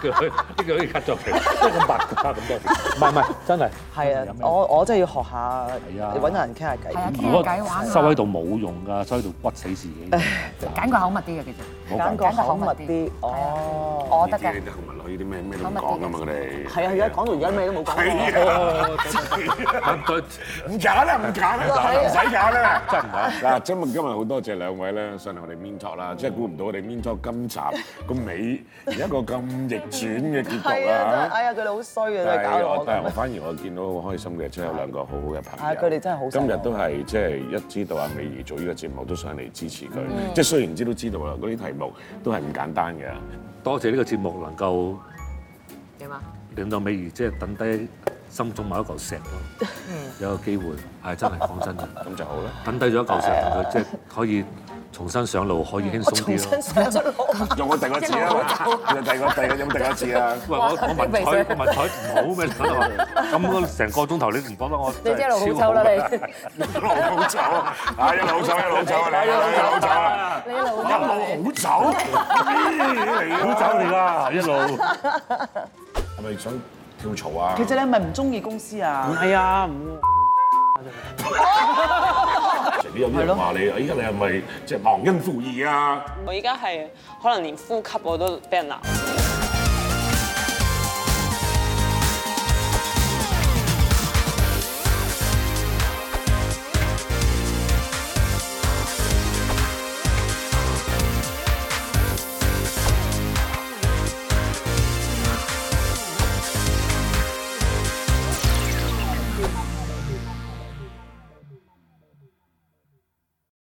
Speaker 2: 句可以呢句可以 cut 咗佢，即係咁八卦咁多唔係唔係，真係
Speaker 1: 係啊，我我真係要學下
Speaker 2: 係啊，
Speaker 1: 你揾人傾下偈
Speaker 4: 係。啊，傾
Speaker 2: 如果
Speaker 4: 下偈玩
Speaker 2: 收喺
Speaker 4: 下，
Speaker 2: 度冇用㗎，收喺度屈死自己。
Speaker 4: 揀個口密啲嘅其實。
Speaker 1: 揀個口密啲，
Speaker 4: 係啊
Speaker 1: 哦，
Speaker 4: 我
Speaker 3: 呢
Speaker 4: 得
Speaker 3: 啲
Speaker 4: 嘅，
Speaker 3: 你同埋可以啲咩咩都唔講噶嘛，佢哋啊
Speaker 1: 係啊，而家講到而家咩都冇講啊過。
Speaker 2: 哦，
Speaker 3: 唔假啦，唔假啦，啊唔使假啦。
Speaker 2: 真唔係。
Speaker 3: 嗱，今日今日好多謝兩位咧上嚟我哋 Mean Talk 啦，即係估唔到我哋 Mean Talk 今集個尾而一個咁逆轉嘅結局
Speaker 1: 係啊，真係，
Speaker 3: 啦
Speaker 1: 哎呀，佢哋好衰啊，真係搞
Speaker 3: 但係
Speaker 1: 到
Speaker 3: 我
Speaker 1: 我
Speaker 3: 但係我
Speaker 1: 咁。
Speaker 3: 反而我見到好開心嘅，即係有兩個好好嘅朋
Speaker 1: 啊
Speaker 3: 友。
Speaker 1: 佢哋真係好
Speaker 3: 今日
Speaker 1: 錫我
Speaker 3: 都係即係一知道阿美儀做呢個節目，都上嚟支持
Speaker 1: 嗯
Speaker 3: 佢。即係雖然知都知道啦，啊嗰啲題目都係唔簡單嘅。
Speaker 2: 多謝呢個節目能夠
Speaker 4: 點啊？
Speaker 2: 令到美儀即係等低心中某一嚿石咯，有個機會係真係講
Speaker 4: [laughs]
Speaker 2: 真嘅，
Speaker 3: 咁就
Speaker 1: [laughs]
Speaker 3: 好啦，
Speaker 2: 等低咗一嚿石，等佢即係可以重新上路，可以輕鬆
Speaker 1: 我重
Speaker 2: 啲
Speaker 1: 新上
Speaker 2: 咯。
Speaker 1: 咗路。
Speaker 3: 用我第個字啊啦，用第個第個用第個字啦。
Speaker 2: 喂，我我文采個文采唔好咩？你講到咁我成個鐘頭你唔覺得我
Speaker 4: 你
Speaker 2: 真
Speaker 4: 即係
Speaker 2: 係
Speaker 4: 路
Speaker 2: 超
Speaker 4: 好
Speaker 2: 好
Speaker 4: 抽啦
Speaker 2: 嘅
Speaker 4: 你。
Speaker 3: 一路好走啊！一路好走，一路好走啊！ [laughs] 你一路好走啊！
Speaker 4: 你老
Speaker 3: 一路好
Speaker 1: 啊
Speaker 3: 走，
Speaker 2: 好
Speaker 3: 好
Speaker 2: 走你啦，一路。
Speaker 3: 啊係咪想跳槽啊？
Speaker 1: 其實你係咪唔中意公司啊？
Speaker 6: 係啊，唔
Speaker 3: 有啲人話你，哎呀，你係咪即係忘恩負義啊？
Speaker 6: 我而家係可能連呼吸我都俾人鬧。